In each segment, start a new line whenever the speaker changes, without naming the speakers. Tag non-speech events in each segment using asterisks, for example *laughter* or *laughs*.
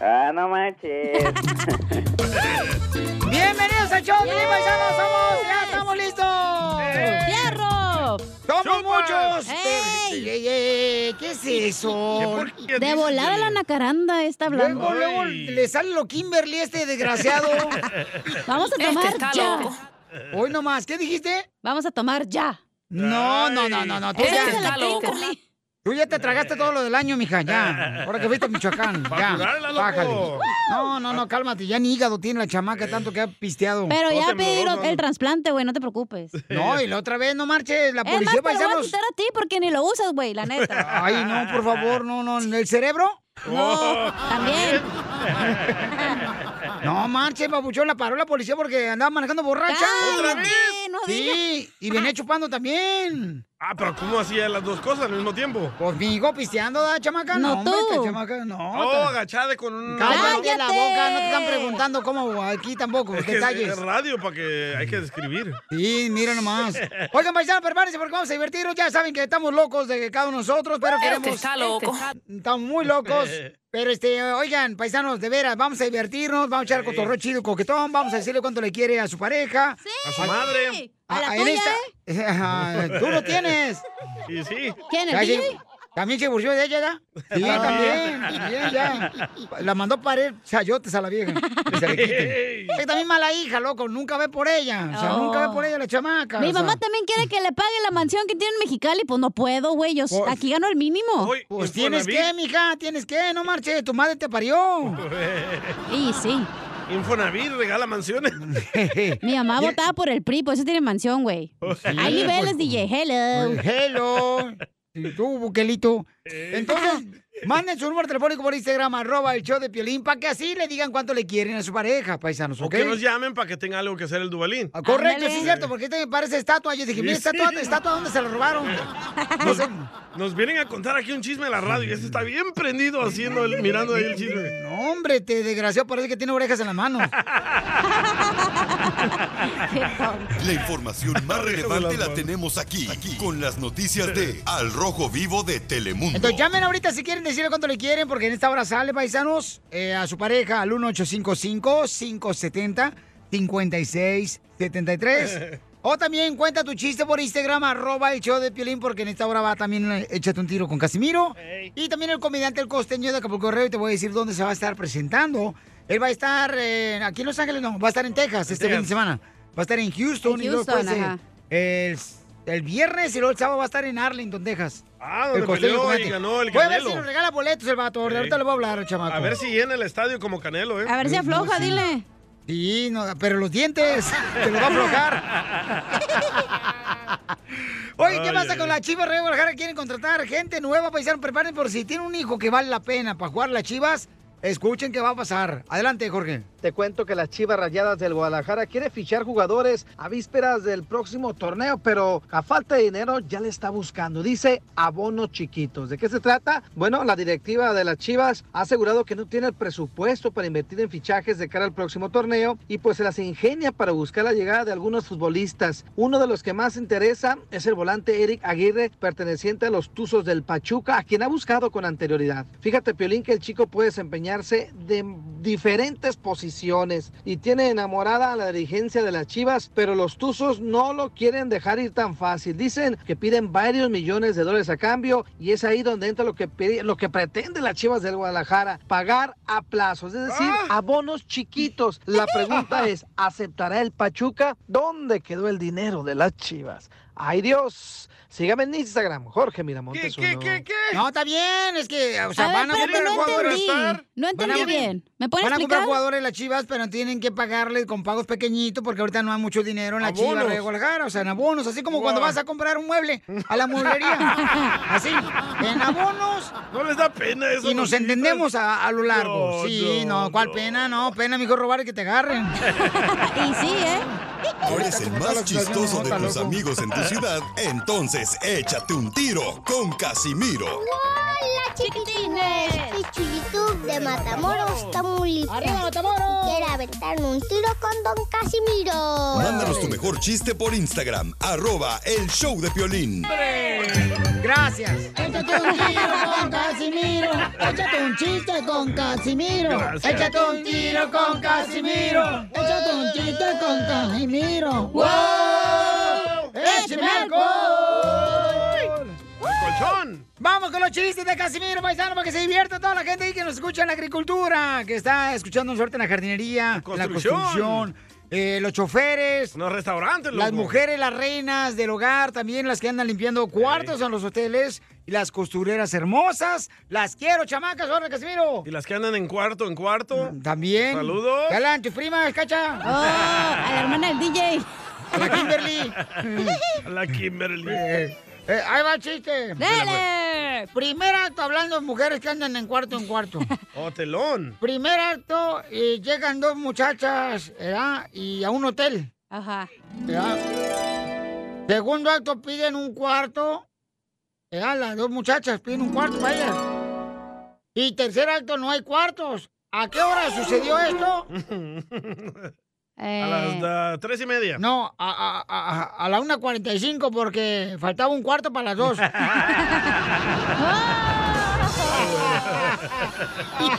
Ah, no manches.
Bienvenidos al show, Piolín, paisanos, somos, ya estamos listos.
¡Fierro!
Somos muchos.
¡Ey!
Ey, ey, ¿Qué es eso?
De volada la nacaranda está hablando.
Luego, luego le sale lo Kimberly este desgraciado.
*laughs* Vamos a tomar ya.
Hoy nomás, ¿qué dijiste?
Vamos a tomar ya.
No, no, no, no, no. Tú
Esa es
ya,
la Kimberly.
tú ya te tragaste todo lo del año, mija, ya. Ahora que fuiste a Michoacán, ya.
curarla, loco.
Bájale. No, no, no, cálmate. Ya ni hígado tiene la chamaca, tanto que ha pisteado.
Pero
No
ya
tembló,
pedí *laughs*
no.
el trasplante, güey, no te preocupes.
No, y la otra vez, no marches, la
Es más,
policía
te lo voy a
paisanos.
quitar a ti porque ni lo usas, güey, la neta.
*laughs* Ay, no, por favor, no, no, ¿el cerebro?
No, también.
No marches, papuchón, la paró la policía porque andaba manejando borracha.
Cállate, no digas.
Sí, y venía chupando también.
Ah, pero ¿cómo hacía las dos cosas al mismo tiempo?
Conmigo pisteando, da chamaca.
No,
No, hombre,
tú.
esta chamaca, no.
Oh,
ta-
agachada con un...
Cállate la
Cállate.
boca, no te están preguntando cómo aquí tampoco,
Es que es-
detalles.
es radio para que hay que describir.
Sí, mira
*laughs*
nomás. Oigan, paisanos, prepárense porque vamos a divertirnos. Ya saben que estamos locos de cada uno de nosotros, pero
Este
queremos... este
loco.
Estamos muy locos. Pero, este, oigan, paisanos, de veras, vamos a divertirnos, vamos a echar cotorreo chido, coquetón, vamos a decirle cuánto le quiere a su pareja.
A su madre.
Sí, A la
Ah, en
tuya, ¿eh?
esta- *laughs* Ajá, Tú lo tienes.
Y sí.
¿Quién, el
Ya
DJ?
llegó- ¿También se divorció de ella ya? Sí, también. también, ya. La mandó parir chayotes a la vieja. que se le quite.
Ey.
Es que también mala hija, loco. Nunca ve por ella. O sea,
Oh.
nunca ve por ella la chamaca.
Mi
o sea.
mamá también quiere que le pague la mansión que tiene en Mexicali. Pues no puedo, güey. Yo s-
Por-
aquí gano el mínimo.
Hoy,
Pues tienes
Infonavit-
que, mija, tienes que. No marche, tu madre te parió.
Y sí.
Infonavit regala mansiones.
*laughs*
Mi mamá
Y-
votaba por el PRI, por eso tiene mansión, güey. Hay niveles, DJ. Hello.
Pues, Hello. Y tú, buquelito. Entonces, manden su número telefónico por Instagram, arroba el show de Piolín, para que así le digan cuánto le quieren a su pareja, paisanos,
O
¿ok?
que nos llamen para que tenga algo que hacer el Dubalín.
Ah, Correcto,
Ándale.
sí es cierto, porque esta me parece estatua. Yo dije, mira, estatua, estatua, ¿dónde se la robaron? No sé.
*laughs* Nos vienen a contar aquí un chisme a la radio y este está bien prendido haciendo el- mirando ahí el chisme.
No, hombre, te desgraciado, parece que tiene orejas en las manos.
Qué tonto.
La información
*laughs*
más relevante la tenemos aquí, aquí, con las noticias de Al Rojo Vivo de Telemundo.
Entonces llamen ahorita si quieren decirle cuánto le quieren, porque en esta hora sale, paisanos, eh, a su pareja al
*laughs*
1855-570-5673. O también cuenta tu chiste por Instagram, arroba el show de Piolín, porque en esta hora va también eh, échate un tiro con Casimiro. Y también el comediante El Costeño de Acapulco Correo, y te voy a decir dónde se va a estar presentando. Él va a estar eh, aquí en Los Ángeles, no, va a estar en Texas este
Texas.
fin de semana. Va a estar en
En
Houston, y luego
Houston,
después, eh,
ajá.
el, el viernes y luego el sábado va a estar en Arlington, Texas.
Ah,
El
donde
costeño
peleó
comediante.
y ganó el
Voy a ver si
Canelo.
nos regala boletos el vato.
Sí.
Ahorita le voy a hablar al chamaco.
A ver si ¿eh? llena el estadio como Canelo, ¿eh?
A ver si afloja, dile.
Sí, no, pero los dientes. Te los va a
*laughs*
aflojar. Oye, ¿qué
Ay,
pasa
ay,
con
ay.
la Chivas Rey Guadalajara? Quieren contratar gente nueva, paisano. Preparen por si tiene un hijo que vale la pena para jugar las Chivas. Escuchen qué va a pasar. Adelante, Jorge.
Te cuento que las Chivas Rayadas del Guadalajara quiere fichar jugadores a vísperas del próximo torneo, pero a falta de dinero ya le está buscando. Dice abonos chiquitos. ¿De qué se trata? Bueno, la directiva de las Chivas ha asegurado que no tiene el presupuesto para invertir en fichajes de cara al próximo torneo y pues se las ingenia para buscar la llegada de algunos futbolistas. Uno de los que más interesa es el volante Eric Aguirre, perteneciente a los Tuzos del Pachuca, a quien ha buscado con anterioridad. Fíjate, Piolín, que el chico puede desempeñarse de diferentes posiciones y tiene enamorada a la dirigencia de las Chivas, pero los Tuzos no lo quieren dejar ir tan fácil. Dicen que piden varios millones de dólares a cambio y es ahí donde entra lo que, pide- lo que pretende las Chivas del Guadalajara, pagar a plazos, es decir,
Ah.
abonos chiquitos. La pregunta es, ¿aceptará el Pachuca? ¿Dónde quedó el dinero de las Chivas? ¡Ay Dios! Sígame en Instagram, Jorge
¿Qué,
Miramontes.
qué,
uno.
qué, qué?
No, está bien. Es que, o sea,
a ver,
van a
espérate,
comprar
no
jugadores.
entendí.
estar-
No
van a-
entendí bien. ¿Me pueden
Van a
explicar?
comprar jugadores las Chivas, pero tienen que pagarle con pagos pequeñitos porque ahorita no hay mucho dinero en la
Abonos.
Chivas de Guadalajara, o sea, en abonos, así como cuando
Wow.
vas a comprar un mueble a la
*laughs*
mueblería. así, en abonos
No les da pena eso.
y nos
Rosita?
entendemos a, a lo largo.
No,
sí, no,
no,
¿cuál
no.
pena? No, pena, mijo, robar y que te agarren.
*laughs* Y sí, ¿eh?
Eres el
Ahorita
más
tú estás
chistoso de
loco.
tus
*laughs*
amigos en tu ciudad, entonces échate un tiro con Casimiro.
Hola chiquitines, soy Chuyito
de Matamoros, Tamaulipas.
¡Arriba, Matamoros!
Quiere aventar un tiro con Don Casimiro.
Mándanos *laughs* tu mejor chiste por Instagram, arroba el show de Piolín.
Gracias. Échate un tiro con Casimiro. Échate un chiste con Casimiro.
Gracias.
Échate un tiro con Casimiro. Échate un chiste con Casimiro.
¡Wow!
¡Échame alcohol! ¡Colchón! Vamos con los chistes de Casimiro Paisano para que se divierta toda la gente ahí que nos escucha en la agricultura, que está escuchando suerte en la jardinería, en la
Construcción.
construcción, eh, los choferes,
los restaurantes,
las
loco.
mujeres, las reinas del hogar, también las que andan limpiando cuartos en los hoteles y las costureras hermosas. Las quiero, chamacas, ahora Casimiro. Mm,
Y las que andan en cuarto, en cuarto.
También.
Saludos.
Galán, tus primas, cacha.
Ah, a la hermana
del DJ. La Kimberly. *laughs*
La Kimberly.
Eh, ahí va el chiste.
Dale.
Primer acto hablando de mujeres que andan en cuarto en cuarto.
O telón.
Primer acto, eh, llegan dos muchachas, ¿verdad? Y a un hotel. Ajá. Segundo acto, piden un cuarto. ¿verdad? Las dos muchachas piden un cuarto para ellas. Y tercer acto, no hay cuartos. ¿A qué hora sucedió esto?
*laughs* Eh. A
Eh.
las da- tres y media.
No, a, a, a, a la 1.45 porque faltaba un cuarto para las
*laughs*
dos.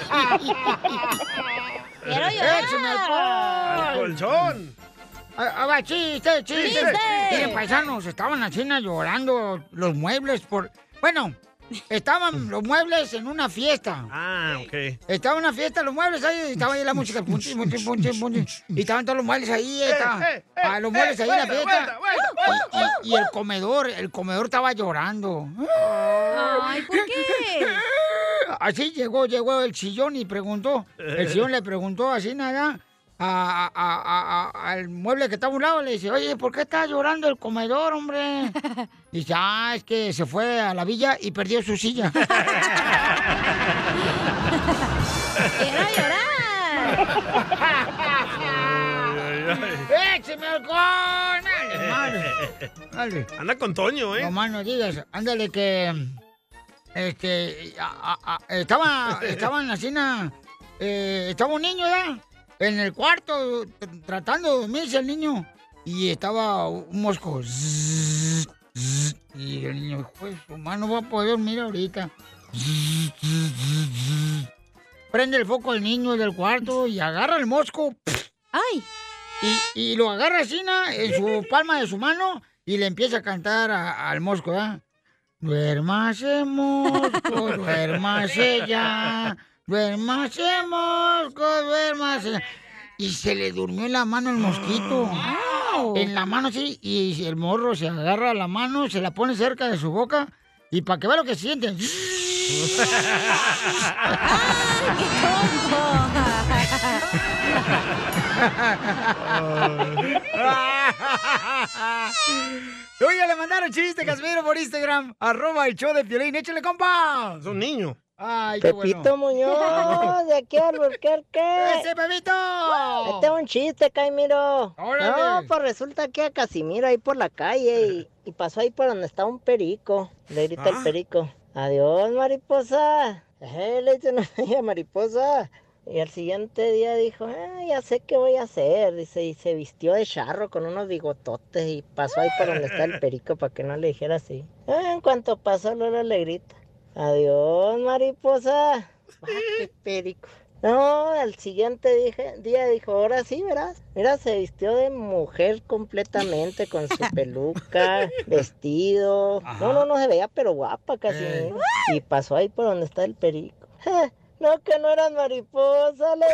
*laughs*
Quiero
llorar. ¡Échame alcohol!
¡Al colchón!
Ah, ah, va, chiste, chiste.
Chiste.
Miren, paisanos, estaban la China llorando los muebles por... Bueno,
*laughs*
estaban los muebles en una fiesta.
Ah, ok.
Estaba una fiesta, los muebles ahí, estaba ahí la música, punchi, punchi, punchi, punchi, y estaban todos los muebles ahí,
Eh,
estaba-
eh, eh,
ah, los muebles
eh,
ahí, la
vuelta,
fiesta.
vuelta,
Y- y, y el comedor, el comedor estaba llorando.
Ay, ¿por qué?
Así llegó, llegó el sillón y preguntó, el sillón le preguntó así nada. a- a- a- a- al mueble que estaba a un lado le dice, oye, ¿por qué está llorando el comedor, hombre? Dice, ah, es que se fue a la villa y perdió su silla.
*laughs*
¡Écheme alcohol! ¡Dale, madre! Dale.
Anda con Toño, ¿eh?
Nomás no digas, ándale que... Este, a- a- a- estaba, estaba en la cena, eh, estaba un niño ya, en el cuarto, tr- tratando de dormirse el niño, y estaba un mosco. zzz, zzz, y el niño, pues, humano va a poder dormir ahorita. Zzz, zzz, zzz, zzz. Prende el foco el niño del cuarto y agarra el mosco. ¡Ay! Y, y lo agarra así, na, en su palma de su mano y le empieza a cantar a- al mosco, ¿ah? Duérmase, mosco, duérmase ya. Duérmase, mosco, duérmase. Y se le durmió en la mano el *gasps* mosquito. En la mano, sí. Y el morro se agarra la mano, se la pone cerca de su boca. Y para que vea lo que siente. *laughs* Oye, le mandaron chiste, Casimiro, por Instagram. Arroba el show de Piolín. Échale, compa. Es *laughs*
un niño.
Ay, qué bueno.
Pepito Muñoz, de aquí al Burquerque.
¡Ese Pepito!
Este es un chiste, Caimiro.
Órale.
No, pues resulta que a Casimiro ahí por la calle y, y pasó ahí por donde está un perico. Le grita
Ah.
el perico. Adiós, mariposa. Eh, le dice una *laughs* ella, mariposa. Y al siguiente día dijo, "Ah, ya sé qué voy a hacer. Dice, y se vistió de charro con unos bigototes y pasó ahí por donde está el perico para que no le dijera así. Ah, en cuanto pasó, Lola le grita. Adiós, mariposa. Ah, qué perico. No, al siguiente dije, día dijo, ahora sí, verás. Mira, se vistió de mujer completamente con su peluca, vestido. No, no, no se veía, pero guapa casi.
Eh.
Y pasó ahí por donde está el perico. "Ja, No, que no eras mariposa, le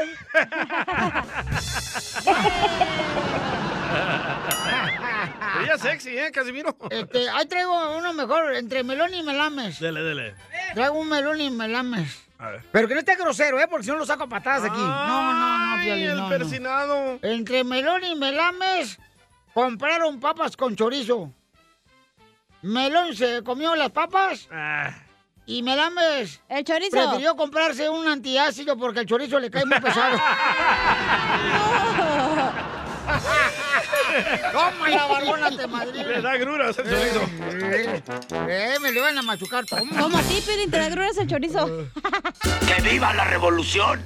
Ella es sexy, ¿eh, Casimiro?
Este, ahí traigo uno mejor, entre melón y melames. Dele, dele. Traigo un melón y melames.
A ver.
Pero que no esté grosero, ¿eh? Porque si no lo saco a patadas aquí. No, no, no,
Ay,
Piolín,
el
no, no.
persinado.
Entre melón y melames compraron papas con chorizo. Melón se comió las papas y melames... El chorizo. Prefirió comprarse un antiácido
*laughs*
porque el chorizo le cae muy pesado. *laughs* la barbona te madre!
Le da gruras el
chorizo. Eh, me lo van a machucar, toma.
Como a ti, Piolín, te da gruras el
*laughs*
chorizo.
¡Que viva la revolución!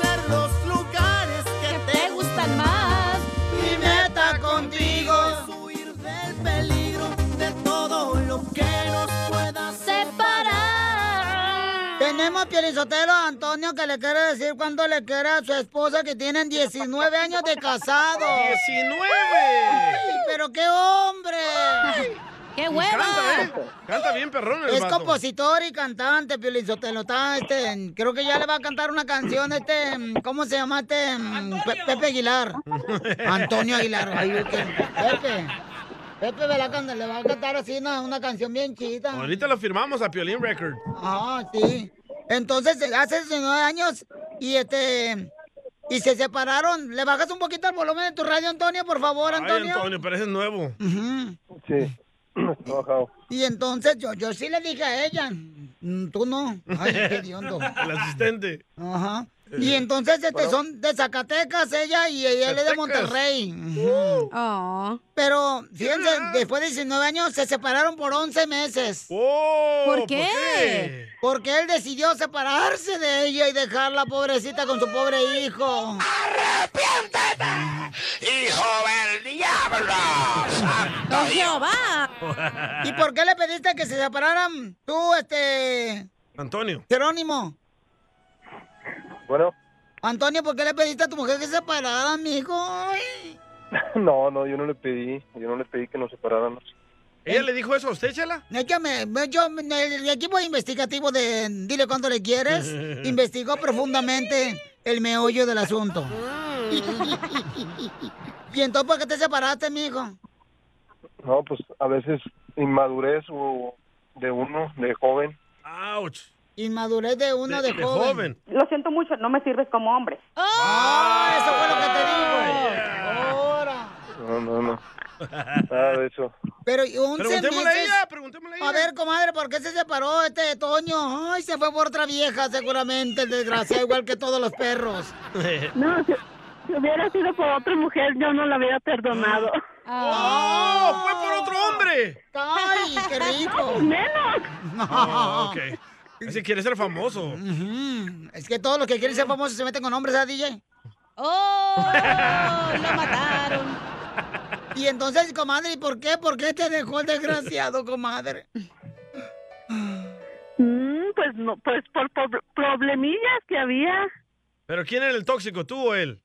los lugares que te gustan más. Mi meta contigo es huir del peligro de todo lo que nos pueda separar.
Tenemos Pierizotelo a Antonio que le quiere decir cuánto le quiere a su esposa que tienen 19 años de casado.
¡19!
¡Pero qué hombre! ¡Qué
hueva! canta, ¿eh? Canta bien, perrón. El
Es
vato. *laughs*
compositor y cantante, Piolizotelo. Está, este, en- creo que ya le va a cantar una canción, este, en- ¿cómo se llama este? en- Pe- Pepe
*laughs*
Aguilar. Antonio Aguilar. ay, yo que- Pepe. Pepe Velázquez le va a cantar así una, una canción bien chida.
Ahorita lo firmamos a Piolín Record.
Ah, sí. Entonces, hace 19 años y este y se separaron. ¿Le bajas un poquito el volumen de tu radio, Antonio, por favor,
Ay,
Antonio?
Antonio, pareces nuevo.
Sí. Está bajado.
Y entonces yo, yo sí le dije a ella, "Mm, tú no. Ay, qué hediondo.
El asistente. *laughs*
Ajá. Y entonces este,
Bueno.
son de Zacatecas ella y él es de
Zacatecas.
Monterrey. Ujú. Pero fíjense, después de 19 años se separaron por 11 meses.
¿Por qué? ¿por qué?
Porque él decidió separarse de ella y dejarla pobrecita con su pobre hijo.
¡Hijo del diablo!
¡Oh,
¡No, Jehová! ¿Y por qué le pediste que se separaran tú, este...
Antonio.
Jerónimo?
Bueno, *laughs*
Antonio, ¿por qué le pediste a tu mujer que se separara, mijo? Ay.
no, no, yo no le pedí, yo no le pedí que nos separáramos.
¿Ella le dijo eso a usted, Chela?
Es que me- me- yo, el equipo investigativo de Dile Cuánto Le Quieres investigó profundamente el meollo del asunto. ¿Y entonces por qué te separaste, mijo?
No, pues a veces inmadurez o de uno, de joven.
¡Ouch!
Inmadurez de uno de, joven.
Lo siento mucho, no me sirves como hombre.
¡Oh!
¡Ah! Eso fue lo que te digo. Ahora.
No, no, no. Nada de eso.
Pero y 11
Preguntémosle a
meses.
ella,
a
ver, comadre, ¿por qué se separó este de Toño? Ay, se fue por otra vieja, seguramente, el desgraciado, igual que todos los perros.
*laughs* No, si, si hubiera sido por otra mujer, yo no la hubiera perdonado.
¡Oh! ¡Fue por otro hombre!
Ah.
¡Ay, qué rico!
¡Menos!
Ah, ok. Así quiere ser famoso.
Es que todos los que quieren ser famosos se meten con hombres, ¿ah, DJ? ¡Oh! ¡Lo mataron! Y entonces, comadre, ¿y por qué? ¿Por qué te dejó el desgraciado, comadre?
*gasps* Mm, pues no, pues por, por problemillas que había.
¿Pero quién era el tóxico, tú
*laughs*
o él?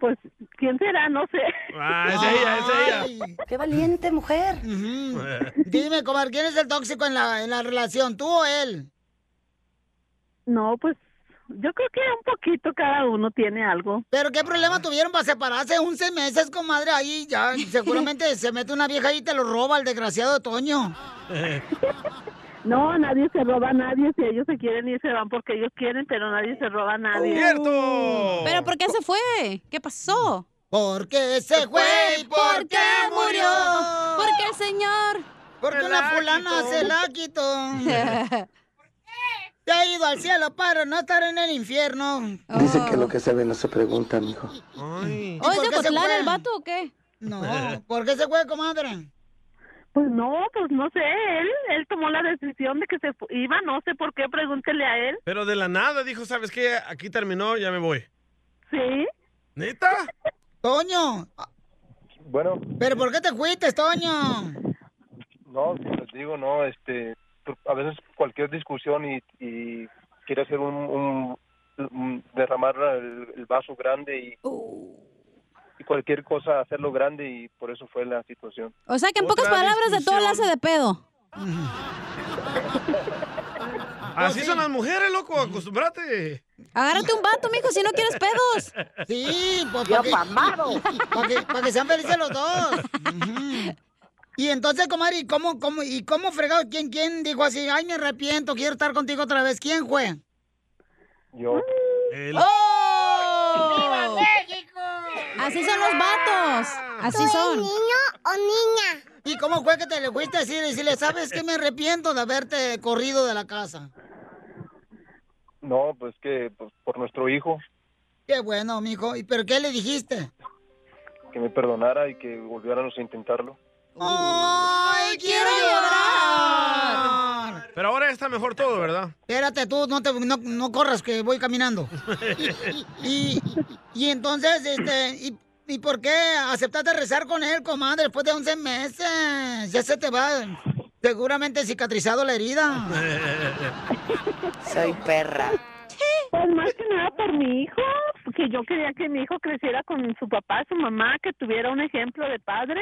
Pues, ¿quién será? No sé.
Ah, es ella, es
ella.
¡Qué valiente mujer!
Dime, comadre, ¿quién es el tóxico en la, en la relación, tú o él?
No, pues yo creo que un poquito cada uno tiene algo.
¿Pero qué problema tuvieron para separarse 11 meses, comadre? Ahí ya
*laughs*
seguramente se mete una vieja y te lo roba el desgraciado de Toño.
*laughs* No, nadie se roba a nadie. Si ellos se quieren ir, se van porque ellos quieren, pero nadie se roba a nadie. Uh.
¡Cierto!
¿Pero por qué se fue? ¿Qué pasó?
Porque se
fue
y porque murió.
Porque el señor.
Porque una fulana se la
*laughs*
quitó. Te ha ido al cielo para no estar en el infierno.
Dicen que lo que se ve no se pregunta, mijo.
¿Y
¿O es
por
de
qué se
Cotlán
fue?
el vato o qué?
No, ¿por qué se fue, comadre?
Pues no, pues no sé. Él, él tomó la decisión de que se fu- iba. No sé por qué. Pregúntele a él.
Pero de la nada dijo, ¿sabes qué? Aquí terminó, ya me voy.
Sí.
¿Neta?
Toño,
Bueno,
¿pero por qué te fuiste, Toño?
no, si les digo, no, este, por- a veces cualquier discusión y, y quiere hacer un, un- un- derramar el, el vaso grande y, y cualquier cosa hacerlo grande y por eso fue la situación.
O sea que en pocas palabras de todo le hace de pedo.
Así son las mujeres, loco, acostúmbrate.
Agárrate un vato, mijo, si no quieres pedos.
Sí, pues
Ya
*laughs* para que, para que sean felices los dos. Ujú. Y entonces, comadre, ¿y cómo, cómo, y cómo fregado? ¿Quién, quién dijo así? Ay, me arrepiento, quiero estar contigo otra vez. ¿Quién fue?
Yo.
¡Oh!
¡Viva
México!
Así son los vatos. Así son.
niño o niña? ¿Y cómo fue que te le fuiste a decir, decirle, sabes que me arrepiento de haberte corrido de la casa?
No, pues que pues, por nuestro hijo,
Qué bueno, mijo. ¿Y pero qué le dijiste?
que me perdonara y que volviéramos a intentarlo.
¡Ay, quiero llorar!
Pero ahora está mejor todo, ¿verdad?
Espérate tú, no, te, no, no corras que voy
*laughs*
caminando. Y, y entonces, este, y, y por qué aceptaste rezar con él, comadre, después de 11 meses? Ya se te va seguramente cicatrizado la herida.
Soy perra. Pues más que nada por mi hijo, porque yo quería que mi hijo creciera con su papá, su mamá, que tuviera un ejemplo de padre.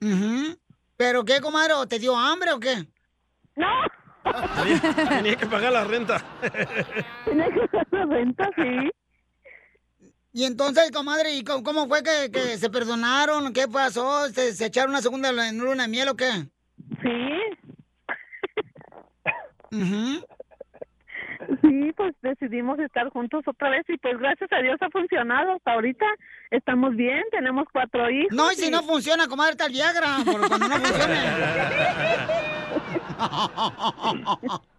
Ujú. ¿Pero qué, comadre? ¿Te dio hambre o qué?
¡No!
Tenía que pagar la renta.
Tenía que pagar la renta, sí.
Y entonces, comadre, ¿y cómo, cómo fue que, que se perdonaron? ¿Qué pasó? ¿Se, se echaron una segunda luna- luna de miel o qué?
Sí.
Ujú.
Sí, pues decidimos estar juntos otra vez y pues gracias a Dios ha funcionado hasta ahorita. Estamos bien, tenemos cuatro hijos.
No, y si no funciona, comadre, está el Viagra, por
*laughs*
cuando no funcione. *laughs*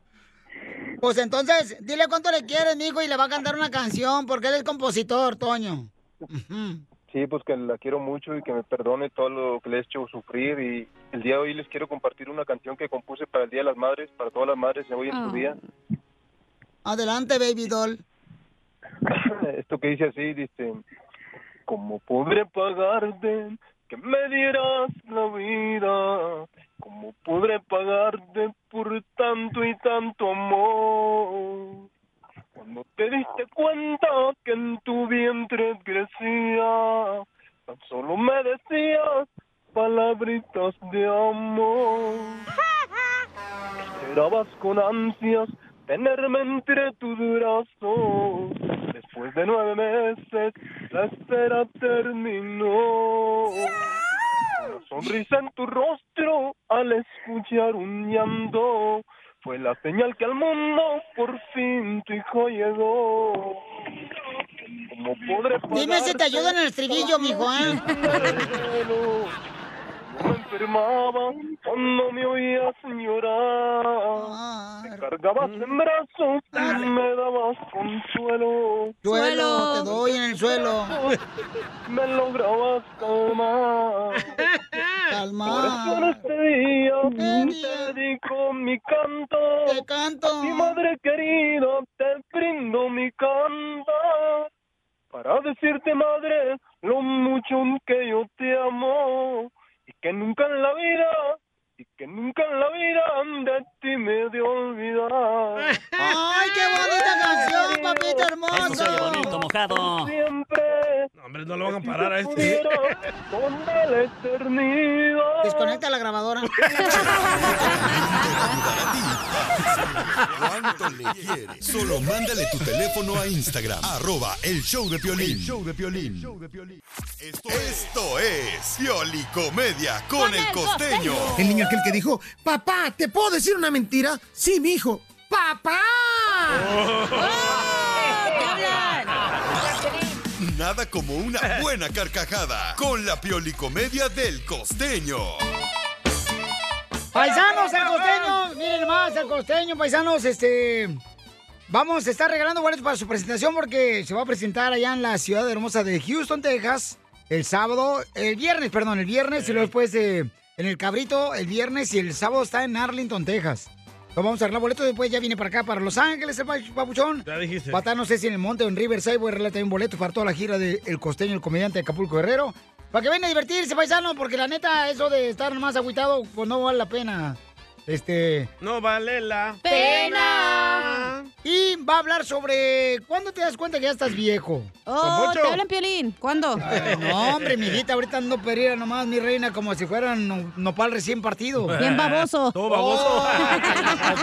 Pues entonces, dile cuánto le quieres, mijo, y le va a cantar una canción, porque él es compositor, Toño.
Sí, pues que la quiero mucho y que me perdone todo lo que le he hecho sufrir. Y el día de hoy les quiero compartir una canción que compuse para el Día de las Madres, para todas las madres de hoy en
Ah.
su día. *laughs*
Adelante, baby doll.
Esto que dice así, dice, ¿cómo podré pagarte que me dieras la vida? ¿Cómo podré pagarte por tanto y tanto amor? Cuando te diste cuenta que en tu vientre crecía, tan solo me decías palabritas de amor. Esperabas con ansias tenerme entre tus brazos. Después de nueve meses, la espera terminó. Una sonrisa en tu rostro al escuchar un llanto. Fue la señal que al mundo por fin tu hijo llegó. ¿Cómo podré
Dime si te
pagarte
ayuda en el estribillo, mijo, ¿eh?
me enfermaba cuando me oías llorar. Me cargabas en brazos y me dabas consuelo.
Suelo, te doy en el suelo.
*laughs* Me lograbas
*laughs*
calmar. Por eso en este día te dedico mi canto. Te
canto.
Mi madre querida, te brindo mi canto para decirte, madre, lo mucho que yo te amo y que nunca en la vida, y que nunca en la vida de ti me he
*laughs*
de olvidar.
¡Ay, qué bonita canción, papito
Eso se oye
hermoso!
bonito, mojado.
Siempre.
hombre, no lo van a parar a este.
pudiera, donde la eternidad.
Desconecta la grabadora.
¿Cuánto le quieres? Solo mándale tu teléfono a Instagram, arroba el show de Piolín.
El
Esto es Piolicomedia con, el costeño.
El niño aquel que dijo, papá, ¿te puedo decir una mentira? Sí, mi hijo. ¡Papá!
Nada como una buena carcajada con la Piolicomedia del costeño.
Paisanos, el costeño, miren más, el costeño, paisanos, este. Vamos a estar regalando boletos para su presentación porque se va a presentar allá en la ciudad hermosa de Houston, Texas, el sábado, el viernes, perdón, el viernes y luego después eh, en el Cabrito, el viernes y el sábado está en Arlington, Texas. Entonces vamos a arreglar boletos, después ya viene para acá, para Los Ángeles, el pa- papuchón.
Ya dijiste.
Va a estar, no sé si en el monte o en Riverside, voy a arreglar también boletos para toda la gira del costeño, el comediante de Acapulco Guerrero. Para que vengan a divertirse, paisano, porque la neta, eso de estar más agüitado, pues no vale la pena. Este.
No vale la
Y va a hablar sobre cuándo te das cuenta que ya estás viejo.
Oh, te hablan piolín. ¿Cuándo?
Ay, No, hombre, mi vida, ahorita ando perira nomás, mi reina, como si fueran no- nopal recién partido.
Bien baboso. Oh.
Todo
baboso.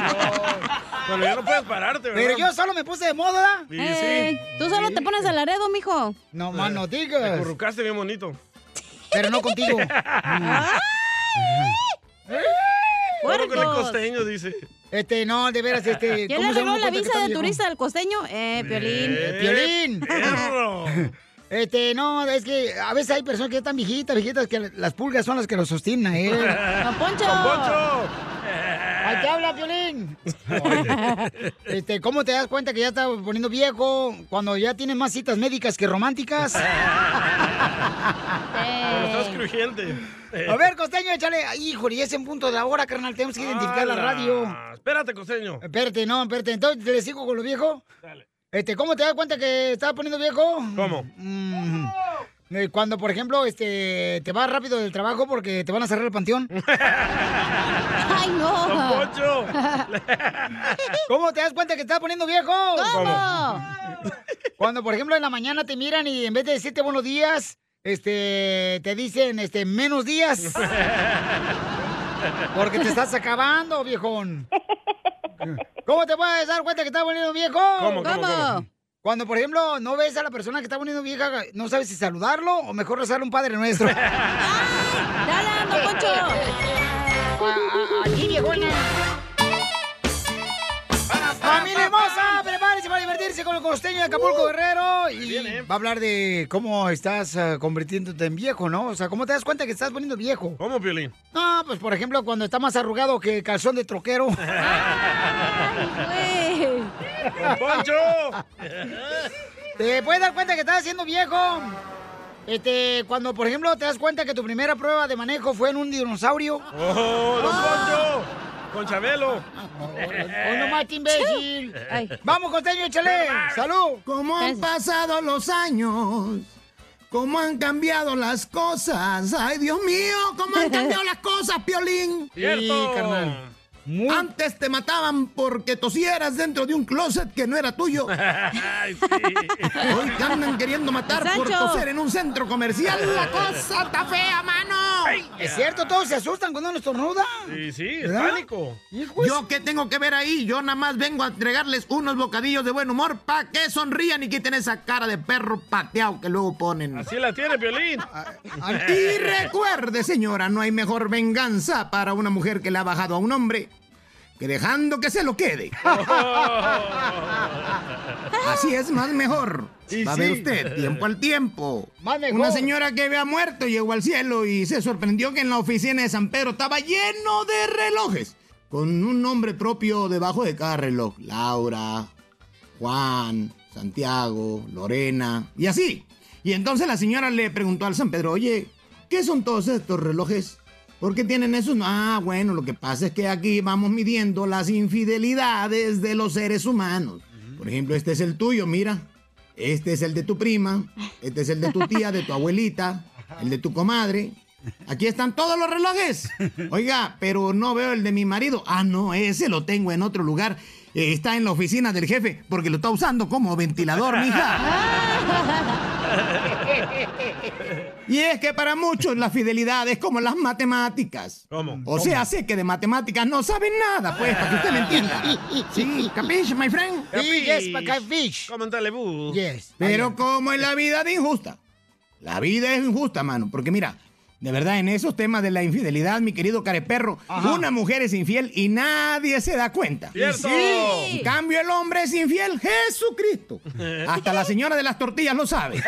*laughs* Pero ya no puedes pararte, ¿verdad?
Pero yo solo me puse de moda.
Sí, sí. Ey,
Eh, Tú solo te pones al aredo, mijo.
No más no
Te
digas.
currucaste bien bonito.
pero no contigo.
Ah.
Bueno, con el costeño, dice.
Este, no, de
*laughs*
veras, este.
¿Quién
¿cómo
le
se llama
regaló
el
la
puente que
visa
está
de
viejo?
turista al costeño? Eh, Piolín.
Eh, Piolín. Este, no, es que a veces hay personas que ya están viejitas, viejitas, que las pulgas son las que los sostienen, ¿eh?
¡Don Poncho! ¡Don Poncho!
¡Ahí te habla, Piolín! Este, ¿cómo te das cuenta que ya está poniendo viejo cuando ya tienes más citas médicas que románticas?
Cuando estás crujiente.
A ver, costeño, échale. Ay, Híjole, ya es en punto de la hora, carnal. Tenemos que identificar la radio.
Ah, Espérate, costeño.
Espérate, no, espérate. Entonces, ¿te le sigo con lo viejo? Este, ¿cómo te das cuenta que estaba poniendo viejo?
¿Cómo?
Mm, eh, cuando, por ejemplo, este, te vas rápido del trabajo porque te van a cerrar el
*laughs*
panteón. ¡Ay,
no! Don Poncho.
*laughs* ¿Cómo te das cuenta que estás poniendo viejo?
¿Cómo?
Cuando, por ejemplo, en la mañana te miran y en vez de decirte buenos días, este, te dicen, este, menos
*laughs*
días. Porque te estás acabando, viejón. ¿Cómo te puedes dar cuenta que estás poniendo viejo?
¿Cómo, cómo, cómo?
Cuando, por ejemplo, no ves a la persona que está poniendo vieja, no sabes si saludarlo o mejor rezarle un padre nuestro.
¡Dale, Don
Ah,
Poncho!
¡Aquí, viejona! ¡Familia hermosa! ¡Prepárense para divertirse con el costeño de Acapulco Guerrero! Y va a hablar de cómo estás
eh,
ah, convirtiéndote en viejo, ¿no? O sea, ¿cómo te das cuenta que estás poniendo viejo?
¿Cómo, Piolín?
No, pues por ejemplo, cuando está más arrugado que calzón de troquero.
¡Don
Poncho!
ah. Te puedes dar cuenta que estás siendo viejo. Este, cuando por ejemplo te das cuenta que tu primera prueba de manejo fue en un dinosaurio.
¡Oh, don Poncho! Con Chabelo.
¡Oh, no más, imbécil!
Ay.
¡Vamos, costeño, échale! ¡Salud!
Como han pasado los años? ¿Cómo han cambiado las cosas? ¡Ay, Dios mío! ¿Cómo
*laughs*
han cambiado las cosas, Piolín?
Cierto. Sí, carnal.
Antes te mataban porque tosieras dentro de un closet que no era tuyo. Hoy te andan queriendo matar por
Sancho.
toser en un centro comercial. La cosa está fea, mano.
Es cierto, todos se asustan cuando uno estornuda.
Sí, sí, es
¿Verdad?
pánico.
¿Yo qué tengo que ver ahí? Yo nada más vengo a entregarles unos bocadillos de buen humor para que sonrían y quiten esa cara de perro pateado que luego ponen.
Así la tiene, Piolín.
*laughs* Y recuerde, señora, no hay mejor venganza para una mujer que le ha bajado a un hombre que dejando que se lo quede.
Oh.
Así es más mejor.
Y
Va a ver
sí.
usted, tiempo al tiempo.
mejor.
Una señora que había muerto llegó al cielo y se sorprendió que en la oficina de San Pedro estaba lleno de relojes, con un nombre propio debajo de cada reloj. Laura, Juan, Santiago, Lorena, y así. Y entonces la señora le preguntó al San Pedro, oye, ¿qué son todos estos relojes? ¿Por qué tienen esos? Ah, bueno, lo que pasa es que aquí vamos midiendo las infidelidades de los seres humanos. Por ejemplo, este es el tuyo, mira. Este es el de tu prima. Este es el de tu tía, de tu abuelita, el de tu comadre. Aquí están todos los relojes. Oiga, pero no veo el de mi marido. Ah, no, ese lo tengo en otro lugar. Eh, está en la oficina del jefe porque lo está usando como ventilador, mija. Y es que para muchos la fidelidad es como las matemáticas.
¿Cómo?
O sea, sé que de matemáticas no saben nada, pues, para que usted me entienda. Sí, capiche, my friend.
Sí, yes, but catfish. Como en Telebú.
Yes.
Pero como es la vida de injusta. La vida es injusta, mano. Porque mira, de verdad, en esos temas de la infidelidad, mi querido careperro, una mujer es infiel y nadie se da cuenta.
¡Cierto!
Sí. En cambio, el hombre es infiel, Jesucristo. Hasta la señora de las tortillas lo sabe.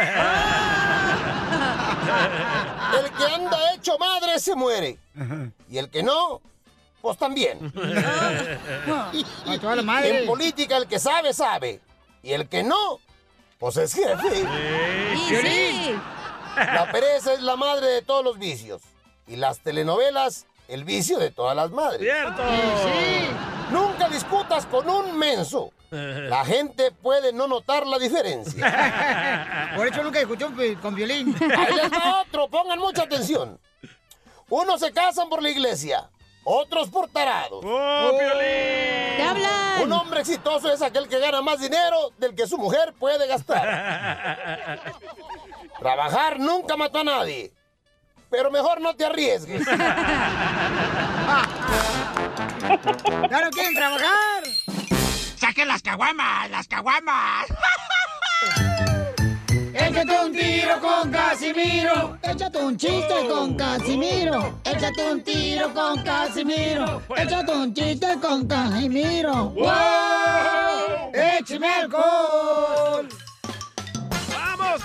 El que anda hecho madre se muere. Y el que no, pues también.
A toda la madre.
En política el que sabe, sabe. Y el que no, *laughs* *laughs* pues es jefe.
sí.
La pereza es la madre de todos los vicios. Y las telenovelas, el vicio de todas las madres.
¡Cierto!
Nunca discutas con un menso. La gente puede no notar la diferencia.
Por eso nunca escuchó con violín.
Ahí les va otro, pongan mucha atención. Unos se casan por la iglesia, otros por tarados.
¡Oh, Piolín!
hablan!
Un hombre exitoso es aquel que gana más dinero del que su mujer puede gastar.
*laughs*
Trabajar nunca mató a nadie. Pero mejor no te
*laughs*
arriesgues.
¡Ya no quieren trabajar!
*laughs* ¡Saquen las
*laughs*
caguamas, las caguamas!
Échate un tiro con Casimiro tiro. Oh, Échate un chiste con Casimiro. Échate un tiro con Casimiro. Échate un chiste con Casimiro. ¡Wow! ¡Échame alcohol!
¡Vamos,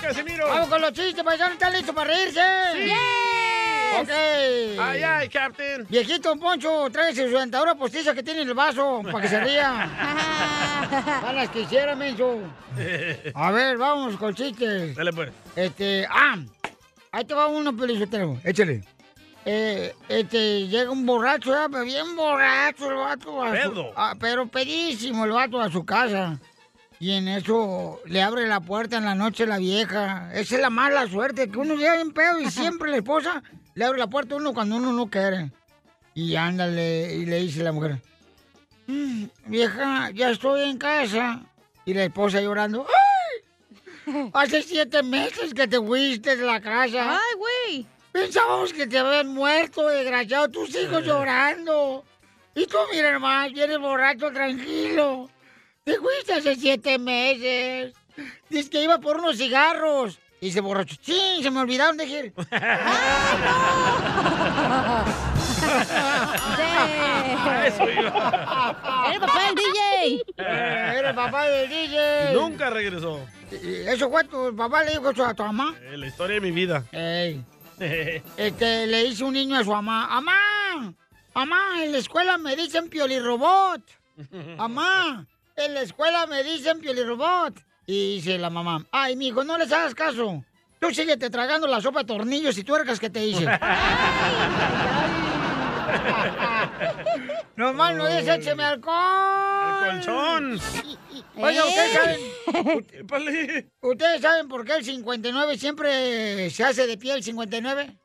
*laughs*
Casimiro!
¡Vamos con los chistes, paisanos! ¿Están listos para reírse?
¡Sí!
Ok.
¡Ay, ay, Captain!
Viejito Poncho, tráigase su dentadura postiza que tiene en el vaso para que se ría.
*laughs*
A las que hiciera, menso. A ver, vamos con chistes.
Dale, pues.
Este, ah, ahí te va uno, Pelizotero. Échale. Eh, este, llega un borracho, ya, pero bien borracho el vato. a su-
Pedo.
ah, pero pedísimo el vato a su casa. Y en eso le abre la puerta en la noche la vieja. Esa es la mala suerte, que uno llega bien pedo y siempre la esposa le abre la puerta a uno cuando uno no quiere. Y ándale, y le dice la mujer, "Mm, vieja, ya estoy en casa. Y la esposa llorando, ¡ay! Hace siete meses que te fuiste de la casa. ¡Ay, güey! Pensábamos que te habían muerto, desgraciado, tus hijos llorando. Y tú, mira nomás, vienes borracho, tranquilo. Te fuiste hace siete meses. Dice que iba por unos cigarros. Y dice borracho, sí, se me olvidaron de *laughs* ir. *laughs*
Eso iba.
¡Era el papá del DJ! Era el Eh, papá del DJ.
Nunca regresó.
Eso fue tu papá le dijo eso a tu mamá.
Eh, la historia de mi vida.
Ey. Este, le dice un niño a su mamá, mamá, mamá, en la escuela me dicen piolirobot. Mamá, en la escuela me dicen piolirobot. Y dice la mamá, ay, mijo, no les hagas caso. Tú síguete tragando la sopa de tornillos y tuercas que te hice. *laughs* Nomás no dice, écheme alcohol. El
colchón.
Oiga, ustedes
¿Eh?
Ey.
saben. pues, *laughs* ¿Ustedes saben por qué el 59 siempre se hace de pie el 59?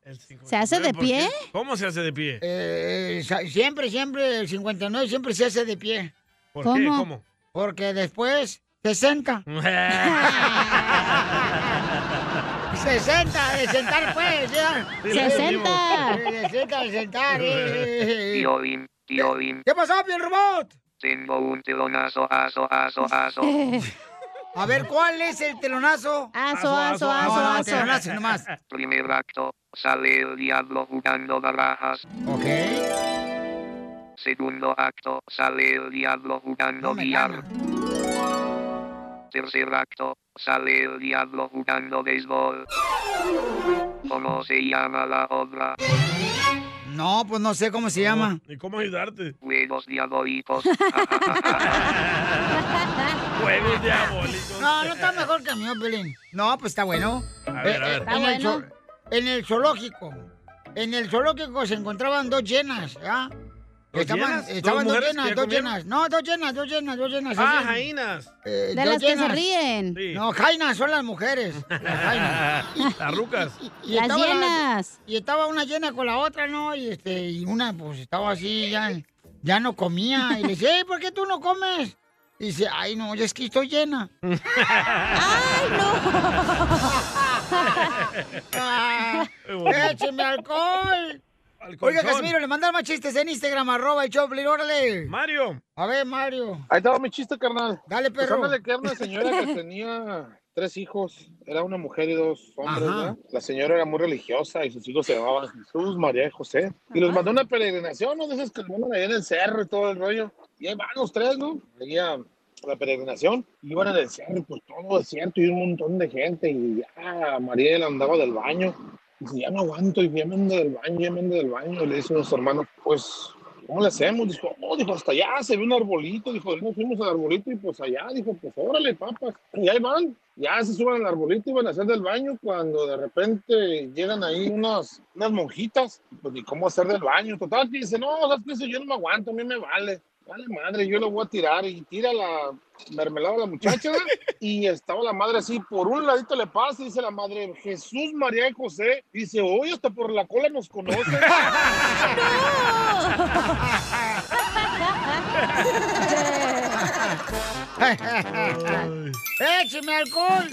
¿Se hace de
¿Por qué?
pie?
*laughs* ¿Cómo se hace de pie?
Eh, sa- siempre, siempre, el 59 siempre se hace de pie.
¿Por qué? ¿Cómo? ¿Cómo?
Porque después, 60.
Mm.
*laughs* 60, de sentar pues, ya.
Sí, le 60.
Eh, De sentar, de sentar. eh.
*laughs* Tío Bim, tío Bim,
¿Qué pasó, piel robot?
tengo un telonazo, aso, aso, aso.
A ver, ¿cuál es el telonazo?
Aso, aso,
No,
aso,
no,
aso.
telonazo nomás.
Primer acto, sale el diablo jugando barajas.
Ok.
Segundo acto, sale el diablo jugando billar. Tercer acto, sale el diablo jugando béisbol.
*laughs*
¿Cómo se llama la obra?
No, pues no sé cómo se llama.
¿Y cómo ayudarte?
Juegos diabólicos.
*laughs* *laughs*
Juegos diabólicos. *laughs*
No, no está mejor que el mío, Pelín. No, pues está bueno. Eh,
A ver, a ver. Está
en, el
bueno.
zo- en el zoológico. En el zoológico se encontraban dos llenas, ¿ya?
¿Dos
estaban
llenas? ¿Dos
estaban dos,
mujeres que
llenas,
ya
dos
comieron?
llenas. No, dos llenas, dos llenas, dos llenas.
Ah,
sí, sí.
jainas.
Eh,
De
dos
las que se
llenas.
ríen.
No, jainas son las
*laughs*
mujeres. Las jainas.
Las rucas.
Y estaba *laughs* la- y estaba una llena con la otra, ¿no? Y este, y una pues estaba así, ya, ya no comía. Y le dice, "Ey, ¿por qué tú no comes? Y dice, ay no, ya es que estoy llena. ¡Ay, *laughs* no! Ah, ¡Écheme alcohol! Oiga,
colchón.
*laughs* Casimiro, le mandaron más chistes en Instagram, arroba y Choplin, órale.
Mario.
A ver, Mario. *laughs*
Ahí estaba mi chiste, carnal.
Dale,
Pues
perro.
ándale, que era una señora
*laughs*
que tenía tres hijos. Era una mujer y dos hombres,
Ajá.
¿verdad? La señora era muy religiosa y sus hijos se llamaban Jesús, María y José. Y los mandó a una peregrinación, ¿no? De esas que mandan allá en el cerro y todo el rollo. Y ahí van los tres, ¿no? Venía la peregrinación. Iban en el cerro, pues todo desierto y un montón de gente. Y ya María le andaba del baño. Dice, ya no aguanto y ya me ando del baño, ya me ando del baño. Y le dice a su hermano, pues, ¿cómo le hacemos? Dijo, oh, dijo, hasta allá se ve un arbolito. Dijo, nos fuimos al arbolito y pues allá. Dijo, pues órale, papas. Y ahí van, ya se suben al arbolito y van a hacer del baño cuando de repente llegan ahí unas, unas monjitas. Pues ni cómo hacer del baño. Total, que dice, no, ¿sabes qué? Eso yo no me aguanto, a mí me vale. Vale madre, yo lo voy a tirar y tira la mermelada a la muchacha ¿verdad? y estaba la madre así, por un ladito le pasa, dice la madre, Jesús, María y José, dice, hoy hasta por la cola
*laughs*
nos conocen.
¡Écheme alcohol!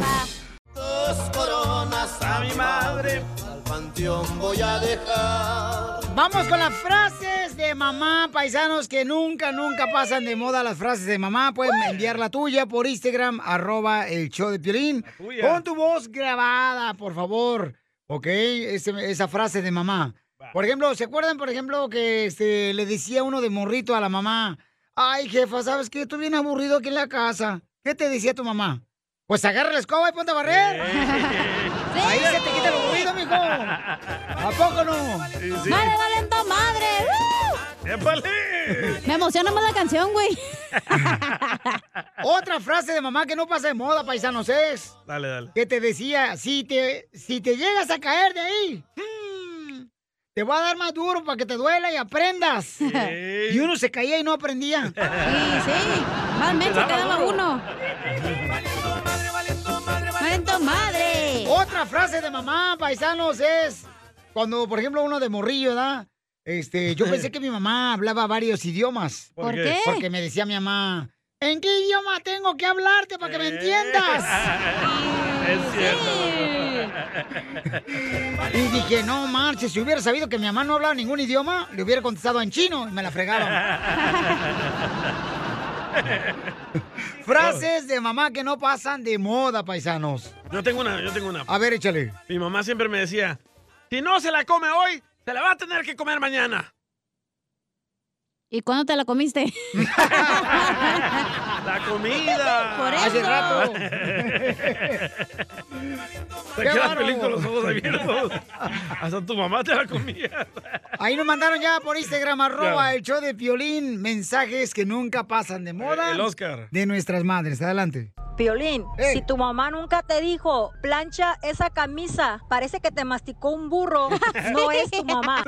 Dos coronas a mi madre, al panteón voy a dejar.
Vamos con las frases de mamá, paisanos, que nunca, nunca pasan de moda las frases de mamá. Pueden enviar la tuya por Instagram, arroba el show de Piolín.
tuya.
Con tu voz grabada, por favor. ¿ok? Ese- esa frase de mamá. Por ejemplo, ¿se acuerdan, por ejemplo, que este, le decía uno de morrito a la mamá, ay, jefa, ¿sabes qué? Estoy bien aburrido aquí en la casa. ¿Qué te decía tu mamá? Pues agarra la escoba y ponte a barrer. *laughs* Ahí se te quita lo aburrido, mijo. ¿A poco no?
¡Madre valiendo madre! ¡Uh! Me emociona más la canción, güey.
*laughs* Otra frase de mamá que no pasa de moda, paisanos, es
Dale, dale. *laughs*
que te decía, si te, si te llegas a caer de ahí, mm, te va a dar más duro para que te duela y aprendas. Y uno se caía y no aprendía. Sí,
sí. Más menso
daba
quedaba
duro.
uno.
¡Mento madre! Otra frase de mamá, paisanos, es cuando, por ejemplo, uno de morrillo, ¿da? Este, yo pensé que mi mamá hablaba varios idiomas.
¿Por qué?
Porque me decía mi mamá, ¿en qué idioma tengo que hablarte para que me *laughs* entiendas?
*laughs* Es
Y dije, no marches, si hubiera sabido que mi mamá no hablaba ningún idioma, le hubiera contestado en chino y me la fregaba.
*laughs*
Frases de mamá que no pasan de moda, paisanos.
Yo tengo una, yo tengo una.
A ver,
*laughs*
échale.
Mi mamá siempre me decía, si no se la come hoy, se la va a tener que
*laughs*
comer mañana.
¿Y cuándo te la comiste?
La comida.
Por eso. Hace rato.
*laughs* Te
Qué
quedas
bárbaro.
feliz con los
*laughs*
ojos abiertos. Hasta tu mamá te la comía.
Ahí nos mandaron ya por Instagram,
Ya.
arroba el show de Piolín, mensajes que nunca pasan de moda.
Eh, El Oscar.
De nuestras madres, adelante.
Piolín, si tu mamá nunca te dijo, plancha esa camisa, parece que te masticó un burro, no es tu mamá.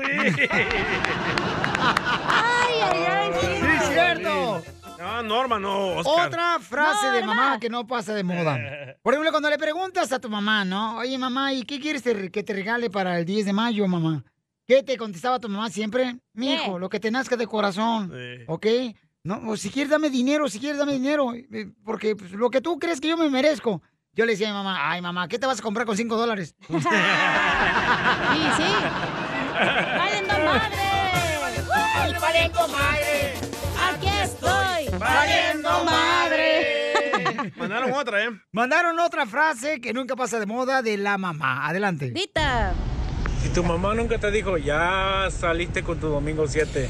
¡Ay, ay, ay! Sí, es cierto.
No, Ah, Norma, no, Oscar.
Otra frase de mamá que no pasa de
*laughs*
moda. Por ejemplo, cuando le preguntas a tu mamá, ¿no? Oye, mamá, ¿y qué quieres te- que te regale para el 10 de mayo, mamá? ¿Qué te contestaba tu mamá siempre? Mi hijo, lo que te nazca de corazón, ¿ok? No, o si quieres dame dinero, si quieres dame dinero, eh, porque pues, lo que tú crees que yo me merezco. Yo le decía a mi mamá, ay, mamá, ¿qué te vas a comprar con 5 *laughs* dólares?
Sí, sí. ¡Valiendo madre!
¡Valiendo madre!
¡Aquí estoy!
¡Valiendo madre!
*laughs* Mandaron otra, ¿eh?
Mandaron otra frase que nunca pasa de moda de la mamá. Adelante.
Dita.
Si tu mamá nunca te dijo, ya saliste con tu domingo 7.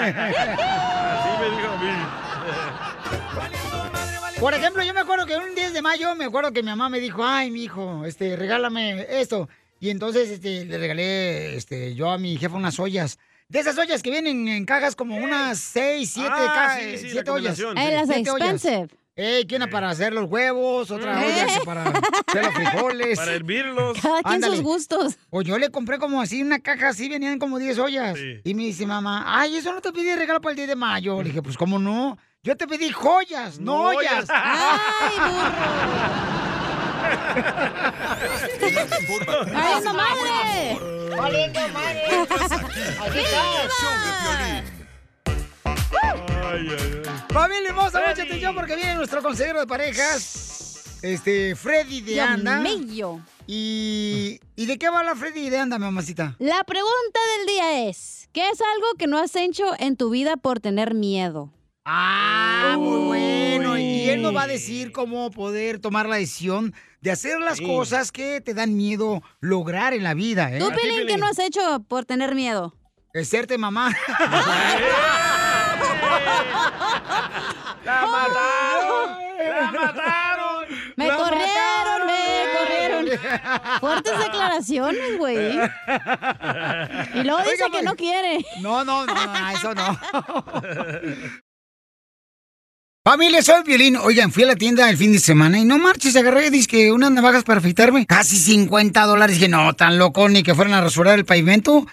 Así me dijo a mí.
Por
pues.
ejemplo, yo me acuerdo que un 10 de mayo, me acuerdo que mi mamá me dijo, ay, mi hijo, este, regálame esto. Y entonces este, le regalé este, yo a mi jefa unas ollas. De esas ollas que vienen en cajas como unas 6, 7
Ah,
cajas.
sí, sí, la
ollas.
combinación, sí. Eh, las
Siete ollas.
expensive.
Eh, que una para hacer los huevos, otra
Mm.
olla
*laughs*
que para hacer los frijoles.
Para hervirlos.
Cada quien sus
gustos. O yo le compré como así una caja, así venían como 10 ollas. Y me dice mamá, ay, eso no te pedí regalo para el 10 de mayo. Le dije, pues cómo no. Yo te pedí joyas, no,
*laughs*
ollas.
¡Ay,
*laughs*
burro!
¡Valiendo madre!
¡Valiendo
*laughs*
madre!
¡Aquí está!
Ay, ay, ay.
Familia hermosa, mucha atención porque viene nuestro consejero de parejas, este, Freddy de
Dios
Anda.
mío.
Y, ¿Y de qué va la Freddy de Anda, mi mamacita?
La pregunta del día es, ¿qué es algo que no has hecho en tu vida por tener miedo?
Ah, muy bueno. Y él nos va a decir cómo poder tomar la decisión de hacer las
Sí.
cosas que te dan miedo lograr en la vida, ¿eh?
¿Tú, Pelín, qué no has hecho por tener miedo?
Es serte mamá.
¡La mataron! ¡La mataron!
Me
¡La
corrieron,
mataron!
me
*laughs*
corrieron.
*laughs*
Fuertes declaraciones, güey. Y luego dice que no quiere.
pues, No, no,
*laughs*
no, no, eso no. Familia, soy Violín. Oigan, fui a la tienda el fin de semana y no marches, agarré, dizque unas navajas para afeitarme. Casi 50 dólares. Dije, no, tan loco, ni que fueran a rasurar el pavimento.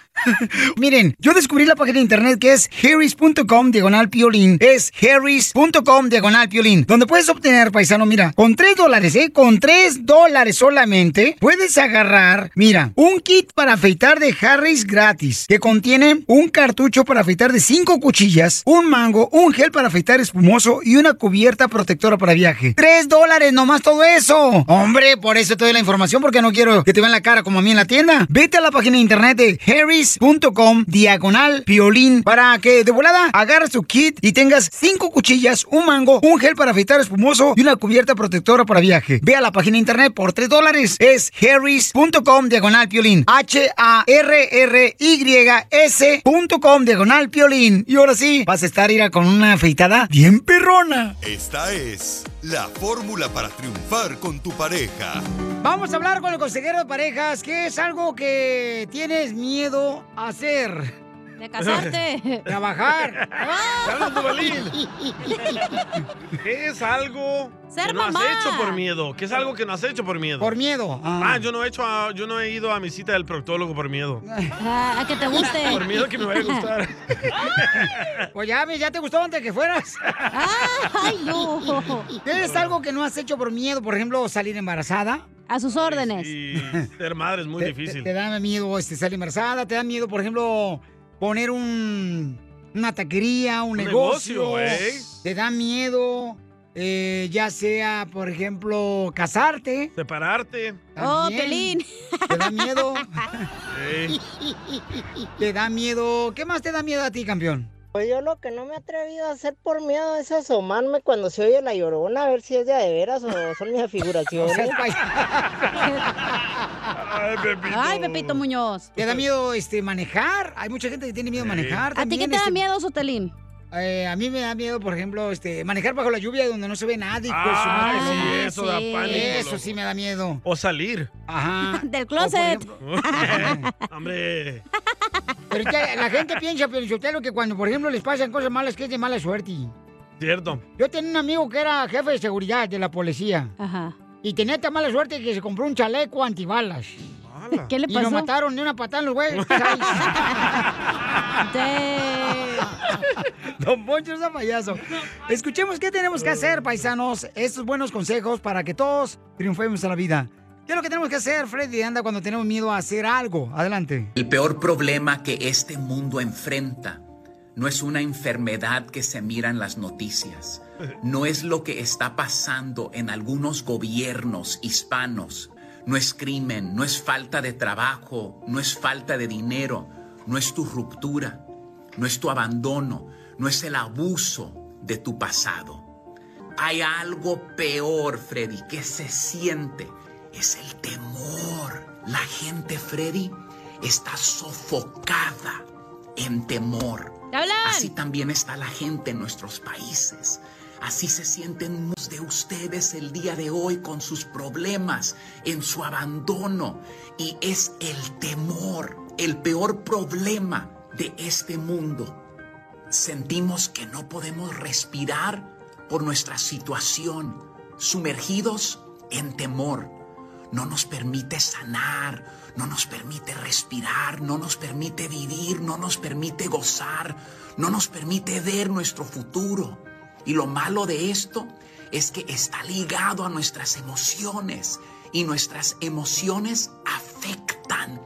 Miren, yo descubrí la página de internet que es harris.com diagonal piolín. Es harris.com diagonal piolín. Donde puedes obtener, paisano, mira, con 3 dólares, ¿eh? Con 3 dólares solamente, puedes agarrar, mira, un kit para afeitar de Harris gratis, que contiene un cartucho para afeitar de 5 cuchillas, un mango, un gel para afeitar espumoso y una cubierta protectora para viaje. ¡Tres dólares nomás todo eso! Hombre, por eso te doy la información porque no quiero que te vean la cara como a mí en la tienda. Vete a la página de internet de harris.com diagonal piolín para que de volada agarres tu kit y tengas cinco cuchillas, un mango, un gel para afeitar espumoso y una cubierta protectora para viaje. Ve a la página de internet por tres dólares. Es harris.com diagonal piolín. H-A-R-R-Y-S.com diagonal piolín. Y ahora sí, vas a estar ira con una afeitada bien perrona.
Esta es la fórmula para triunfar con tu pareja.
Vamos a hablar con el consejero de parejas, que es algo que tienes miedo a hacer.
De casarte.
*laughs* Trabajar.
Habla tu Balín. ¿Qué es algo
Ser
que no
mamá.
has hecho por miedo? ¿Qué es algo que no has hecho por miedo?
Por miedo.
Ah, yo no he hecho, a- yo no he ido a mi cita del proctólogo por miedo.
Ah, a que te guste.
Por miedo que me vaya a
*laughs*
gustar.
Pues ya, ves, ya te gustó antes que fueras.
Ah, Ay, no.
¿Tienes algo que no has hecho por miedo? Por ejemplo, salir embarazada.
A sus órdenes.
Y ser madre es muy
Te-
difícil.
Te, te da miedo este, salir embarazada, te da miedo, por ejemplo, poner un, una taquería, un,
Un
negocio.
negocio, ¿eh?
Te da miedo, eh, ya sea, por ejemplo, casarte.
Separarte.
Oh, Pelín. Te da miedo.
Sí.
te da miedo. ¿Qué más te da miedo a ti, campeón?
Pues yo lo que no me he atrevido a hacer por miedo es asomarme cuando se oye la llorona, a ver si es de a de veras
*laughs*
o son ¿eh? mis afiguraciones.
Ay, Pepito.
Ay, Pepito Muñoz.
¿Te da miedo este, manejar? Hay mucha gente que tiene miedo a manejar. este, eh,
¿A ti qué te da miedo, Sotelín?
a mí me da miedo, por ejemplo, este, manejar bajo la lluvia donde no se ve nadie. pues,
Ay, sí, eso da pánico,
Eso
loco.
sí me da miedo.
O salir. *laughs*
Ajá.
*laughs* Del
closet.
Hombre.
Pero es que la gente piensa, Pielichotelo, que cuando, por ejemplo, les pasan cosas malas, que es de mala suerte.
Cierto.
Yo tenía un amigo que era jefe de seguridad de la policía.
Ajá.
Y tenía tan mala suerte que se compró un chaleco antibalas.
¿Qué le
Y lo
pasó?
mataron de una patada en los güeyes.
*laughs*
*laughs* Don Poncho es un payaso. Escuchemos qué tenemos que hacer, paisanos. Estos buenos consejos para que todos triunfemos en la vida. ¿Qué es lo que tenemos que hacer, Freddy? Anda cuando tenemos miedo a hacer algo. Adelante.
El peor problema que este mundo enfrenta no es una enfermedad que se mira en las noticias,
*laughs*
no es lo que está pasando en algunos gobiernos hispanos, no es crimen, no es falta de trabajo, no es falta de dinero, no es tu ruptura, no es tu abandono, no es el abuso de tu pasado. Hay algo peor, Freddy, que se siente, es el temor. La gente, Freddy, está sofocada en temor. Así también está la gente en nuestros países. Así se sienten muchos de ustedes el día de hoy con sus problemas, en su abandono. Y es el temor, el peor problema de este mundo. Sentimos que no podemos respirar por nuestra situación, sumergidos en temor no nos permite sanar, no nos permite respirar, no nos permite vivir, no nos permite gozar, no nos permite ver nuestro futuro. Y lo malo de esto es que está ligado a nuestras emociones y nuestras emociones afectan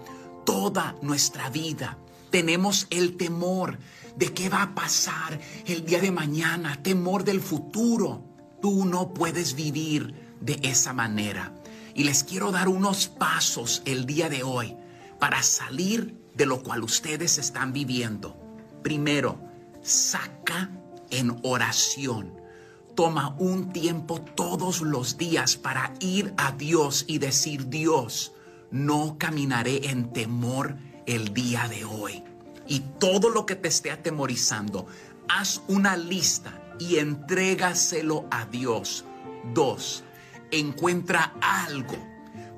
toda nuestra vida. Tenemos el temor de qué va a pasar el día de mañana, temor del futuro. Tú no puedes vivir de esa manera. Y les quiero dar unos pasos el día de hoy para salir de lo cual ustedes están viviendo. Primero, saca en oración. Toma un tiempo todos los días para ir a Dios y decir, Dios, no caminaré en temor el día de hoy. Y todo lo que te esté atemorizando, haz una lista y entrégaselo a Dios. Dos, encuentra algo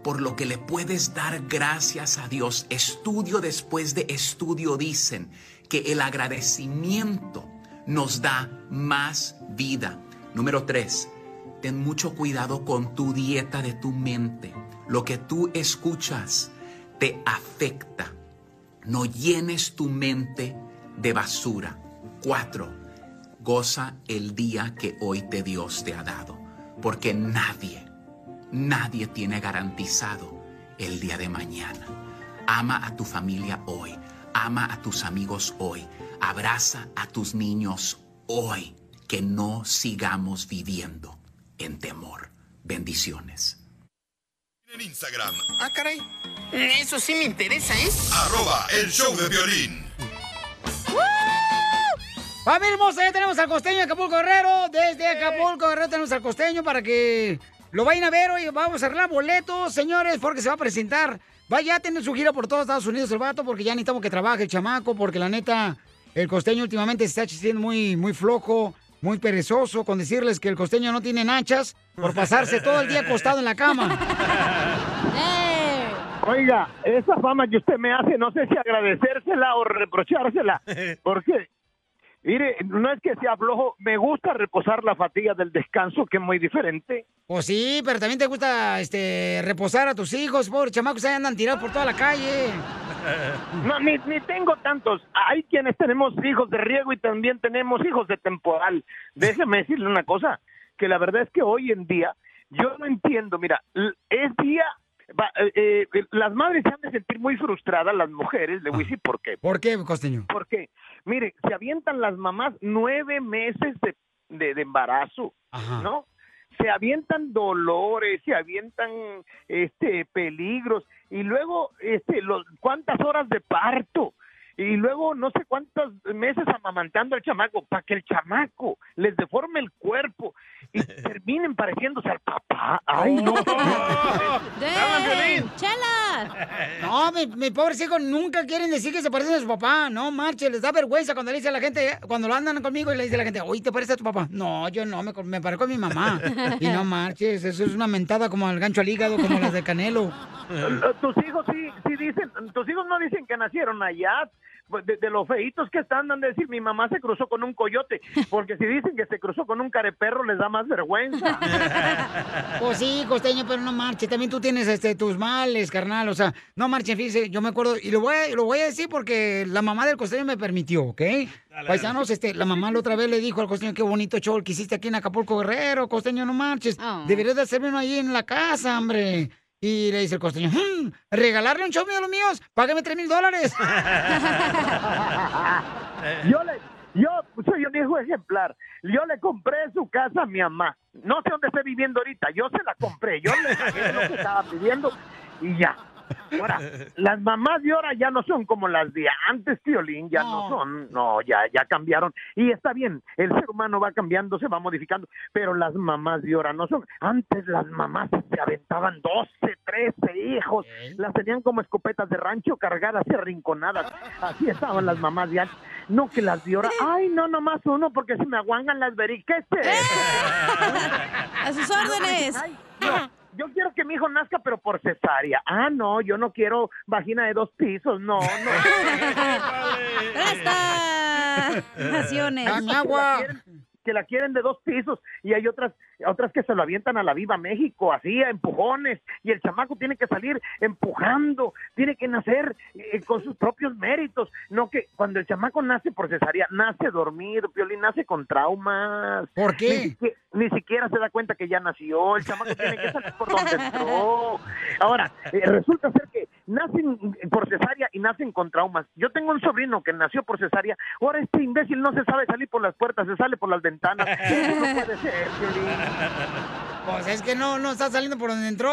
por lo que le puedes dar gracias a Dios. Estudio después de estudio dicen que el agradecimiento nos da más vida. Número tres, ten mucho cuidado con tu dieta de tu mente. Lo que tú escuchas te afecta. No llenes tu mente de basura. Cuatro, goza el día que hoy te Dios te ha dado, porque nadie, nadie tiene garantizado el día de mañana. Ama a tu familia hoy, ama a tus amigos hoy, abraza a tus niños hoy. que no sigamos viviendo en temor. Bendiciones.
En Instagram,
Ah, caray. Eso sí me interesa, ¿eh?
arroba el show de violín.
Familia hermosa, ya tenemos al costeño de Acapulco Guerrero. Desde Acapulco Guerrero tenemos al costeño para que lo vayan a ver hoy. Vamos a arreglar boletos, señores, porque se va a presentar. Vaya a tener su gira por todos Estados Unidos el vato, porque ya necesitamos que trabaje el chamaco, porque la neta, el costeño últimamente se está haciendo muy, muy flojo, muy perezoso, con decirles que el costeño no tiene nachas por pasarse todo el día acostado en la cama.
Oiga, esa fama que usted me hace, no sé si agradecérsela o
*laughs*
reprochársela, porque, mire, no es que sea flojo, me gusta reposar la fatiga del descanso, que es muy diferente.
Pues sí, pero también te gusta este, reposar a tus hijos, pobre chamacos, ahí andan tirados por toda la calle.
No, ni, ni tengo tantos. Hay quienes tenemos hijos de riego y también tenemos hijos de temporal. Déjeme decirle una cosa, que la verdad es que hoy en día yo no entiendo. Mira, l- es día... va, eh, eh, las madres se han de sentir muy frustradas, las mujeres, le voy a decir por qué.
¿Por qué, costeño?
Porque, mire, se avientan las mamás nueve meses de, de- de embarazo, ¿no? Se avientan dolores, se avientan este peligros y luego este los cuántas horas de parto y luego no sé cuántos meses amamantando al chamaco para que el chamaco les deforme el cuerpo y terminen pareciéndose al papá. Ay, no.
¡Chela! *laughs* No, mi, mi pobres hijos nunca quieren decir que se parecen a su papá. No, marche, les da vergüenza cuando le dice a la gente, cuando lo andan conmigo y le dice a la gente, oye, ¿te pareces a tu papá? No, yo no, me, me parezco a mi mamá. Y no marches, eso es una mentada como al gancho al hígado, como las de Canelo.
*laughs* tus hijos sí, sí dicen, tus hijos no dicen que nacieron allá. pues, De, de los feitos que están, han de decir, mi mamá se cruzó con un coyote, porque si dicen que se cruzó con un careperro, les da más vergüenza.
Pues sí, costeño, pero no marche. También tú tienes este, tus males, carnal. O sea, no marchen, fíjese, yo me acuerdo. Y lo voy, a, lo voy a decir porque la mamá del costeño me permitió, ¿ok? Paisanos, este, la mamá la otra vez le dijo al costeño, qué bonito show el que hiciste aquí en Acapulco Guerrero, costeño, no marches. Deberías de hacerme uno ahí en la casa, hombre. Y le dice el costeño, "Hmm, regalarle un show mío a los míos, págame tres mil dólares. *laughs*
yo le, yo soy un hijo ejemplar. Yo le compré su casa a mi mamá. No sé dónde esté viviendo ahorita. Yo se la compré. Yo le saqué lo que estaba pidiendo y ya. Ahora, las mamás de ahora ya no son como las de antes, Piolín, ya no, son, no, ya, ya cambiaron. Y está bien, el ser humano va cambiando, se va modificando, pero las mamás de ahora no son. Antes las mamás se aventaban 12, 13 hijos, las tenían como escopetas de rancho cargadas y arrinconadas. Así estaban las mamás de antes. No que las de ahora, ay, no, nomás uno, porque si me aguangan las veriques.
*laughs* A sus órdenes.
Ay, no, Yo quiero que mi hijo nazca, pero por cesárea. Ah, no, yo no quiero vagina de dos pisos. No, no.
Naciones.
Que la quieren- Que la quieren de dos pisos. Y hay otras otras que se lo avientan a la Viva México, así, a empujones. Y el chamaco tiene que salir empujando. Tiene que nacer eh, con sus propios méritos. No que cuando el chamaco nace por cesárea, nace dormido, Piolín, nace con traumas.
¿Por qué?
Ni siquiera, ni siquiera se da cuenta que ya nació. El chamaco tiene que salir por donde entró. Ahora, eh, resulta ser que nacen por cesárea y nacen con traumas. Yo tengo un sobrino que nació por cesárea. Ahora este imbécil no se sabe salir por las puertas, se sale por las ventanas. Eso no puede ser, Piolín.
Pues es que no, no está saliendo por donde entró.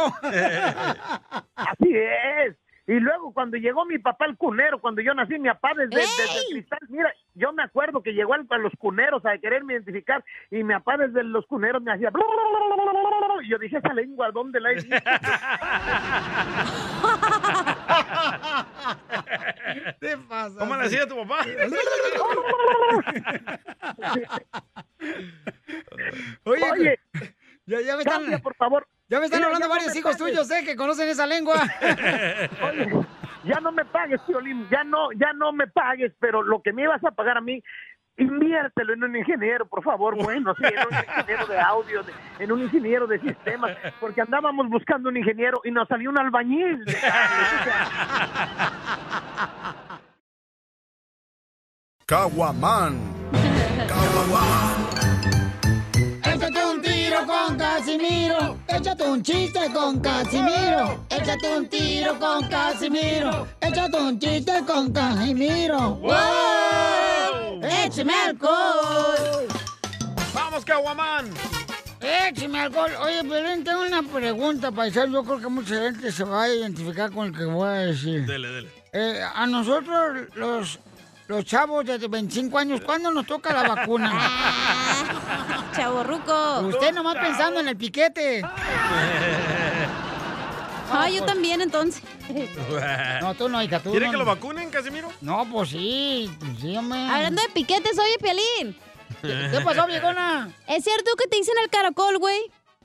Así es. Y luego cuando llegó mi papá el cunero, cuando yo nací, mi papá desde, desde el cristal, mira, yo me acuerdo que llegó al- a los cuneros a quererme identificar y mi papá desde los cuneros me hacía... bla, bla, bla, bla, bla, bla, bla, Y yo dije, esa lengua, ¿dónde la he visto?"
¿Qué pasa?
¿Cómo le hacía tu papá?
Oye,
Oye,
*laughs* ya, ya me
están... por favor.
Ya me están
Mira,
hablando
ya no
varios
me
hijos
pagues.
tuyos, ¿eh? Que conocen esa lengua.
Oye, *laughs* ya no me pagues, Piolín, ya no, ya no me pagues, pero lo que me ibas a pagar a mí, inviértelo en un ingeniero, por favor, bueno, sí, en un ingeniero de audio, de- en un ingeniero de sistemas, porque andábamos buscando un ingeniero y nos salió un albañil.
Caguamán.
Échate un tiro con Casimiro. Échate un chiste con Casimiro. Échate un tiro con Casimiro. Échate un chiste con Casimiro.
¡Wow! ¡Échame alcohol!
¡Vamos, Caguamán!
¡Écheme alcohol! Oye, Pelín, tengo una pregunta, paisano. Yo creo que mucha gente se va a identificar con el que voy a decir.
Dele, dele.
Eh, a nosotros, los, los chavos de 25 años, ¿cuándo nos toca la vacuna?
Chavo Ruco.
Usted nomás pensando en el piquete.
Ah, yo
pues.
también, entonces.
*laughs*
No, tú no, hija, tú
¿Quiere
no,
que lo
no.
vacunen, Casimiro?
No, pues sí, pues sí, hombre.
Hablando de piquetes, oye, Pielín.
¿Qué pasó, viejona?
¿Es cierto que te dicen el caracol, güey?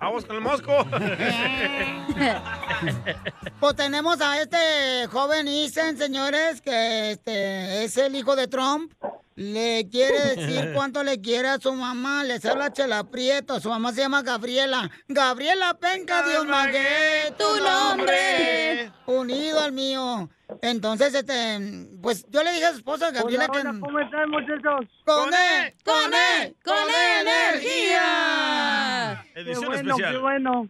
Vamos con
*laughs*
el mosco. *laughs*
*laughs* Pues tenemos a este joven Isen, señores, que este es el hijo de Trump. Le quiere decir cuánto le quiere a su mamá. Les habla Chela Prieto. Su mamá se llama Gabriela. Gabriela Penca, Dios magué tu nombre. Unido al mío. Entonces, este, pues yo le dije a su esposa Gabriela que. ¿Cómo están, muchachos? ¡Con él! ¡Con él! ¡Con E. energía!
Edición Qué bueno, especial. qué
bueno.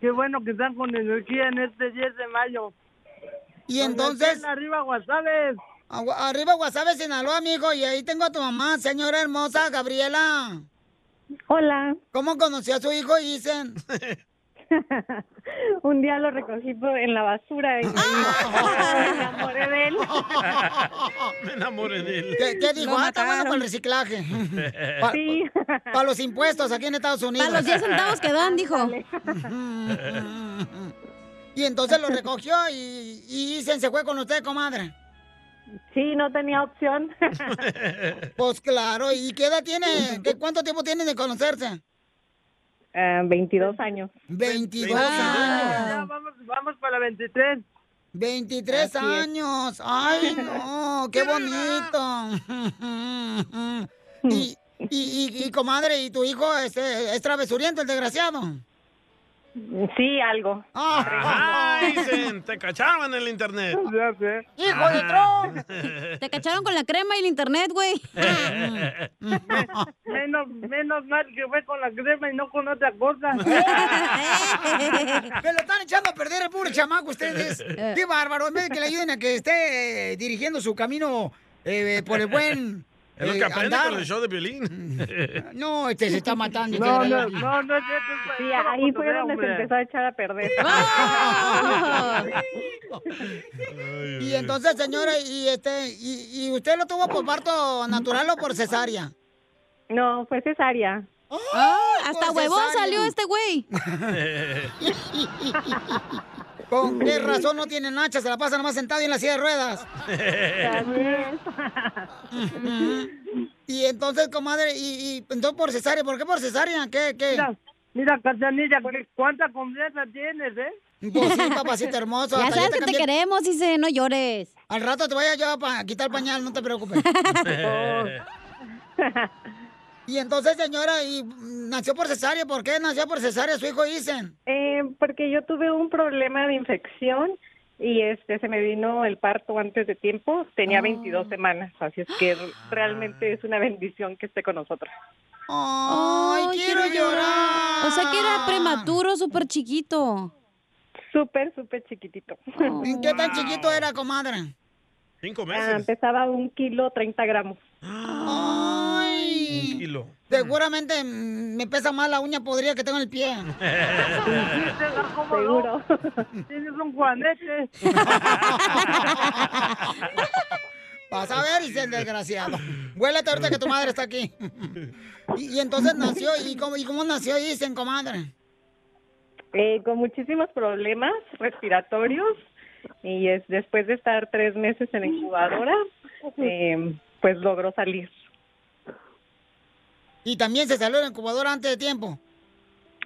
Qué bueno que están con energía en este 10 de mayo.
Y entonces.
Arriba Guasave.
Arriba Guasave, Sinaloa, amigo. Y ahí tengo a tu mamá, señora hermosa, Gabriela.
Hola.
¿Cómo conoció a su hijo, dicen?
*laughs* Un día lo recogí por- en la basura
*laughs*
y me enamoré de él.
Me enamoré de él.
¿Qué, qué dijo?
Lo
Ah, está bueno para el
*laughs*
reciclaje. *laughs* Pa-
Sí.
Para los impuestos aquí en Estados Unidos.
Para los 10 centavos que
*laughs*
dan, dijo. Y entonces lo recogió y, y Isen se fue con usted, comadre.
Sí, no tenía opción.
*laughs* Pues claro, ¿y qué edad tiene? ¿Qué, ¿Cuánto tiempo tienen de conocerse?
Eh, 22 años.
22
Ah.
años. Vamos, para 23. 23
Así es.
años.
*laughs*
Ay, no, qué bonito. *laughs* Y, y, y, y, comadre, ¿y tu hijo este, es travesuriento, el desgraciado?
Sí, algo.
Ajá, dicen, te cachaban en
*laughs*
el internet.
¡Hijo de
Te cacharon con la crema y el internet, güey.
*laughs* Menos, menos mal que fue con la crema y no con otra
*laughs*
cosa.
Me lo están echando a perder el pobre chamaco ustedes. Qué bárbaro. En vez de que le ayuden a que esté eh, dirigiendo su camino eh, por el buen
Es lo
eh,
que aprende
andar.
con el show de
*laughs*
violín.
No, este se está matando.
No,
este
no,
de-
no, no, es cierto. Sí, ahí fue donde se empezó a echar a
*laughs*
perder. *laughs*
Y entonces, señora, y este, y, y usted lo tuvo por parto natural o por cesárea?
No, fue cesárea.
hasta por huevón cesárea. salió este
güey.
¿Con qué razón no tiene nacha? Se la pasa nomás sentado y en la silla de
*laughs*
ruedas. Y entonces, comadre, y, y entonces por cesárea, ¿por qué por cesárea? ¿Qué, qué?
Mira, mira, Cachanilla, ¿cuánta confianza tienes, eh?
Pues sí, papacito hermoso.
Ya
hasta
sabes
yo
que te
cambié-
queremos, dice, no llores.
Al rato te voy a llevar para quitar el pañal, no te preocupes.
eh?
*laughs* y entonces, señora, y mm, nació por cesárea, ¿por qué nació por cesárea su hijo Isen?
Eh, porque yo tuve un problema de infección y este se me vino el parto antes de tiempo. Tenía 22 semanas, así es que realmente es una bendición que esté con nosotros.
¡Ay,
quiero llorar!
O sea que era prematuro, súper chiquito.
Súper, súper chiquitito.
¿Qué tan chiquito era, comadre?
Cinco
Ah,
meses.
pesaba un kilo 30 gramos.
Ay, sí. Seguramente mm, me pesa más la uña podrida que tengo en el pie.
*laughs* Seguro.
Tienes un juanete. Vas a ver, y el desgraciado. Huélete ahorita que tu madre está aquí. Y, y entonces nació, ¿y cómo, ¿y cómo nació? Dicen, comadre.
Eh, con muchísimos problemas respiratorios y es, después de estar tres meses en la incubadora, eh, pues logró salir.
Y también se salió de la incubadora antes de tiempo.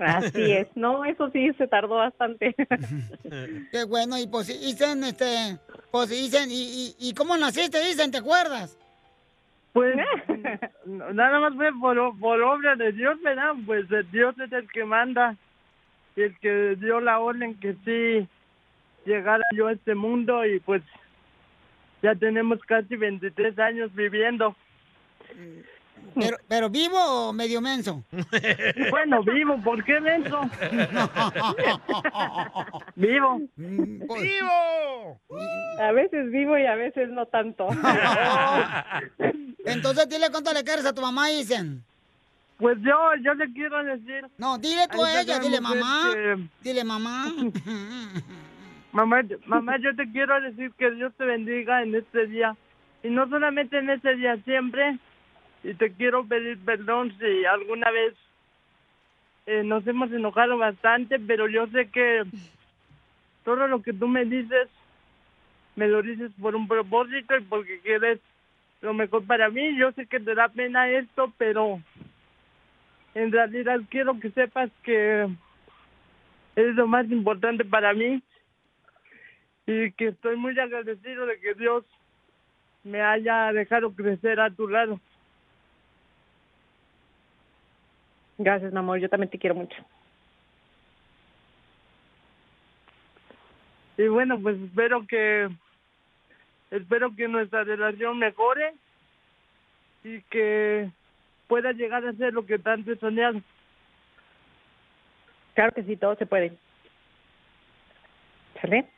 Así es, no, eso sí, se tardó bastante.
Qué bueno, y pues dicen, este, pues dicen, y, y, y cómo naciste, dicen, ¿te acuerdas?
Pues n- nada más fue por, o- por obra de Dios, ¿verdad? Pues eh, Dios es el que manda, y el que dio la orden que sí llegara yo a este mundo y pues ya tenemos casi 23 años viviendo.
Pero, pero vivo o medio menso.
Bueno, vivo, ¿por qué menso? vivo.
Mm, pues. ¡Vivo!
A veces vivo y a veces no tanto.
*laughs* Entonces dile cuánto le quieres a tu mamá, dicen.
Pues yo, yo le quiero decir.
No, dile tú a ella, dile mamá. Dile mamá.
Este, *laughs* Mamá, yo- mamá, yo te quiero decir que Dios te bendiga en este día. Y no solamente en este día, siempre. Y te quiero pedir perdón si alguna vez eh, nos hemos enojado bastante, pero yo sé que todo lo que tú me dices, me lo dices por un propósito y porque quieres lo mejor para mí. Yo sé que te da pena esto, pero en realidad quiero que sepas que es lo más importante para mí y que estoy muy agradecido de que Dios me haya dejado crecer a tu lado.
Gracias, mi amor, yo también te quiero mucho.
Y bueno, pues espero que espero que nuestra relación mejore y que pueda llegar a ser lo que tanto he soñado.
Claro que sí, todo se puede. ¿Sale?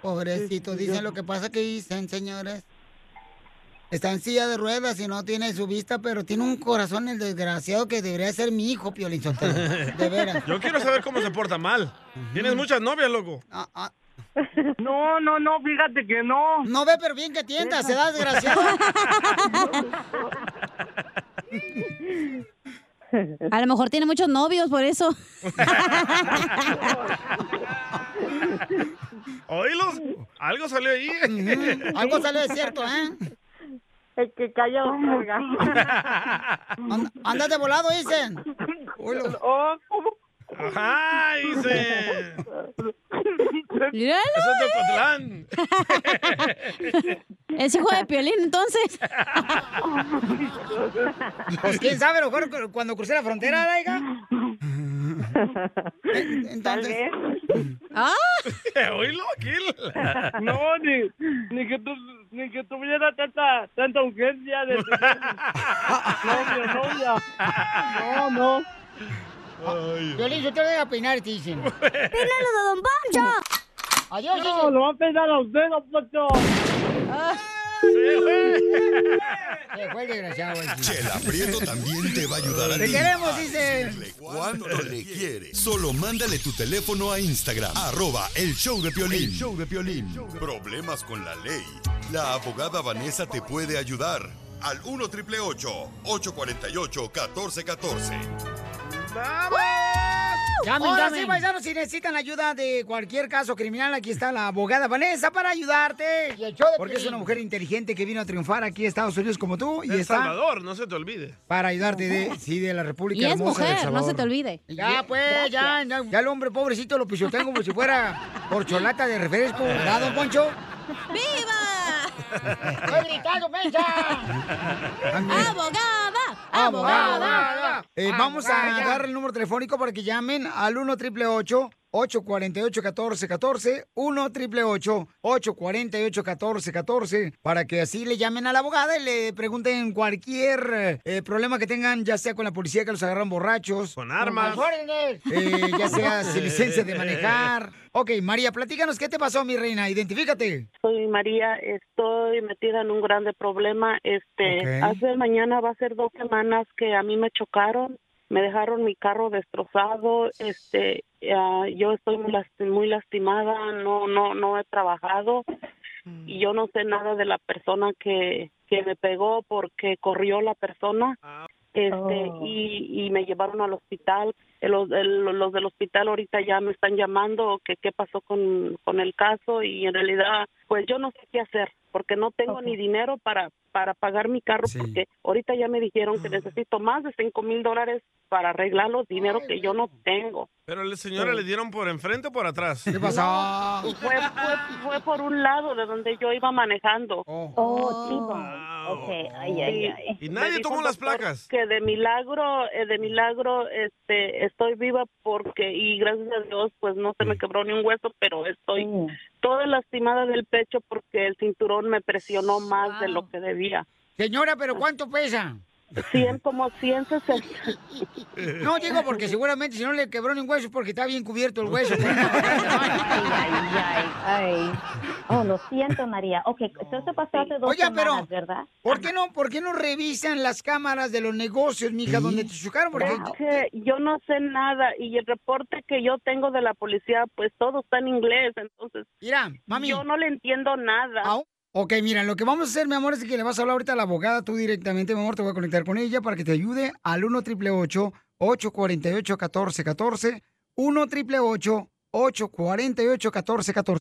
Pobrecito, dicen lo que pasa que dicen, señores. Está en silla de ruedas y no tiene su vista, pero tiene un corazón el desgraciado que debería ser mi hijo, Piolín Sotelo. De veras.
Yo quiero saber cómo se porta mal. Tienes muchas novias, loco.
Ah, *laughs*
No, no, no, fíjate que no.
No ve, pero bien que tienta, se da desgraciado. *laughs*
A lo mejor tiene muchos novios, por
*laughs*
eso. *laughs*
Oílos, algo salió ahí.
Algo sale de cierto, ¿eh?
呃
El que calla
*laughs*
otorga.
Andas de volado, dicen.
Oh,
Ajá, dice.
Eso
es de Cotlán.
*laughs* Es hijo de Piolín, entonces.
Pues quién sabe, a lo mejor cu- cuando crucé la frontera, *laughs* laiga. En- Entonces.
¡Ah!
*laughs* Oílo, Gil.
*laughs* No, ni, ni que tú, ni que tuviera tanta, tanta urgencia de
*laughs*
tener novio, novia. No, no.
Piolín, yo te voy a peinar, te dicen.
¡Pínalo de Don Poncho!
¡Adiós,
No, lo va a peinar a usted, Don Poncho.
Se Ah. fue el desgraciado. el chiste.
Chela Prieto también te va a ayudar a
Te
ti
queremos,
a
dice.
¿Cuánto le quieres? Solo mándale tu teléfono a Instagram, arroba el show de Piolín.
El
show de Problemas con la ley. La abogada Vanessa te puede ayudar al 1 triple 848 1414.
Llamen,
Ahora
llamen.
sí,
paisanos, si necesitan ayuda de cualquier caso criminal, aquí está la abogada Vanessa para ayudarte. Porque es una mujer inteligente que vino a triunfar aquí a Estados Unidos como tú. Y
El
está
Salvador, no se te olvide.
para ayudarte de, sí, de la República
Y es
Hermosa del
mujer, no se
Salvador.
te olvide.
Ya, pues, ya, ya, ya el hombre pobrecito lo pisotean como si fuera porcholata de refresco, ¿verdad, don Poncho?
¡Viva!
¡He gritado, mecha!
Ah, ¡Abogada!
Ah, Abogada.
¡Abogada!
Eh, vamos a dar el número telefónico para que llamen al 1 triple 8 848-1414, 1 triple 848-1414, para que así le llamen a la abogada y le pregunten cualquier eh, problema que tengan, ya sea con la policía que los agarran borrachos, con
armas.
eh, ya sea sin licencia de manejar. Ok, María, platícanos qué te pasó, mi reina, identifícate.
Soy María, estoy metida en un grande problema. Este,
Ok.
hace mañana va a ser dos semanas que a mí me chocaron, me dejaron mi carro destrozado. Este, ah, yo estoy muy, lasti- muy lastimada, no, no, no he trabajado y yo no sé nada de la persona que, que me pegó porque corrió la persona. Este,
Oh.
y, y me llevaron al hospital. El- el- los del hospital ahorita ya me están llamando que qué pasó con, con el caso y en realidad pues yo no sé qué hacer porque no tengo ni dinero para, para pagar mi carro porque ahorita ya me dijeron
Ah.
que necesito más de cinco mil dólares para arreglar los dinero que yo
Oh.
no tengo.
Pero la señora le dieron por enfrente o por atrás. ¿Qué
No,
*laughs*
Fue, fue, fue por un lado de donde yo iba manejando. Oh,
pues, ay, ay, ay. Y nadie tomó las placas.
Que de milagro, eh, de milagro, este, estoy viva porque y gracias a Dios, pues no se me quebró ni un hueso, pero estoy toda lastimada del pecho porque el cinturón me presionó más de lo que debía.
Señora, pero ¿cuánto pesa?
100 como 160.
No digo porque seguramente si no le quebró ningún hueso es porque está bien cubierto el
*laughs*
hueso.
Ay, oh, lo siento, María. Ok, eso te pasó hace dos
Oiga, pero,
semanas, ¿verdad?
¿Por qué no, por qué no revisan las cámaras de los negocios, mija, donde te chocaron? Porque
Es que yo no sé nada y el reporte que yo tengo de la policía, pues todo está en inglés, entonces.
Mira, mami.
Yo no le entiendo nada.
Ah, Ok, mira, lo que vamos a hacer, mi amor, es que le vas a hablar ahorita a la abogada tú directamente, mi amor, te voy a conectar con ella para que te ayude al 1 888 848 1414 1 888 848 1414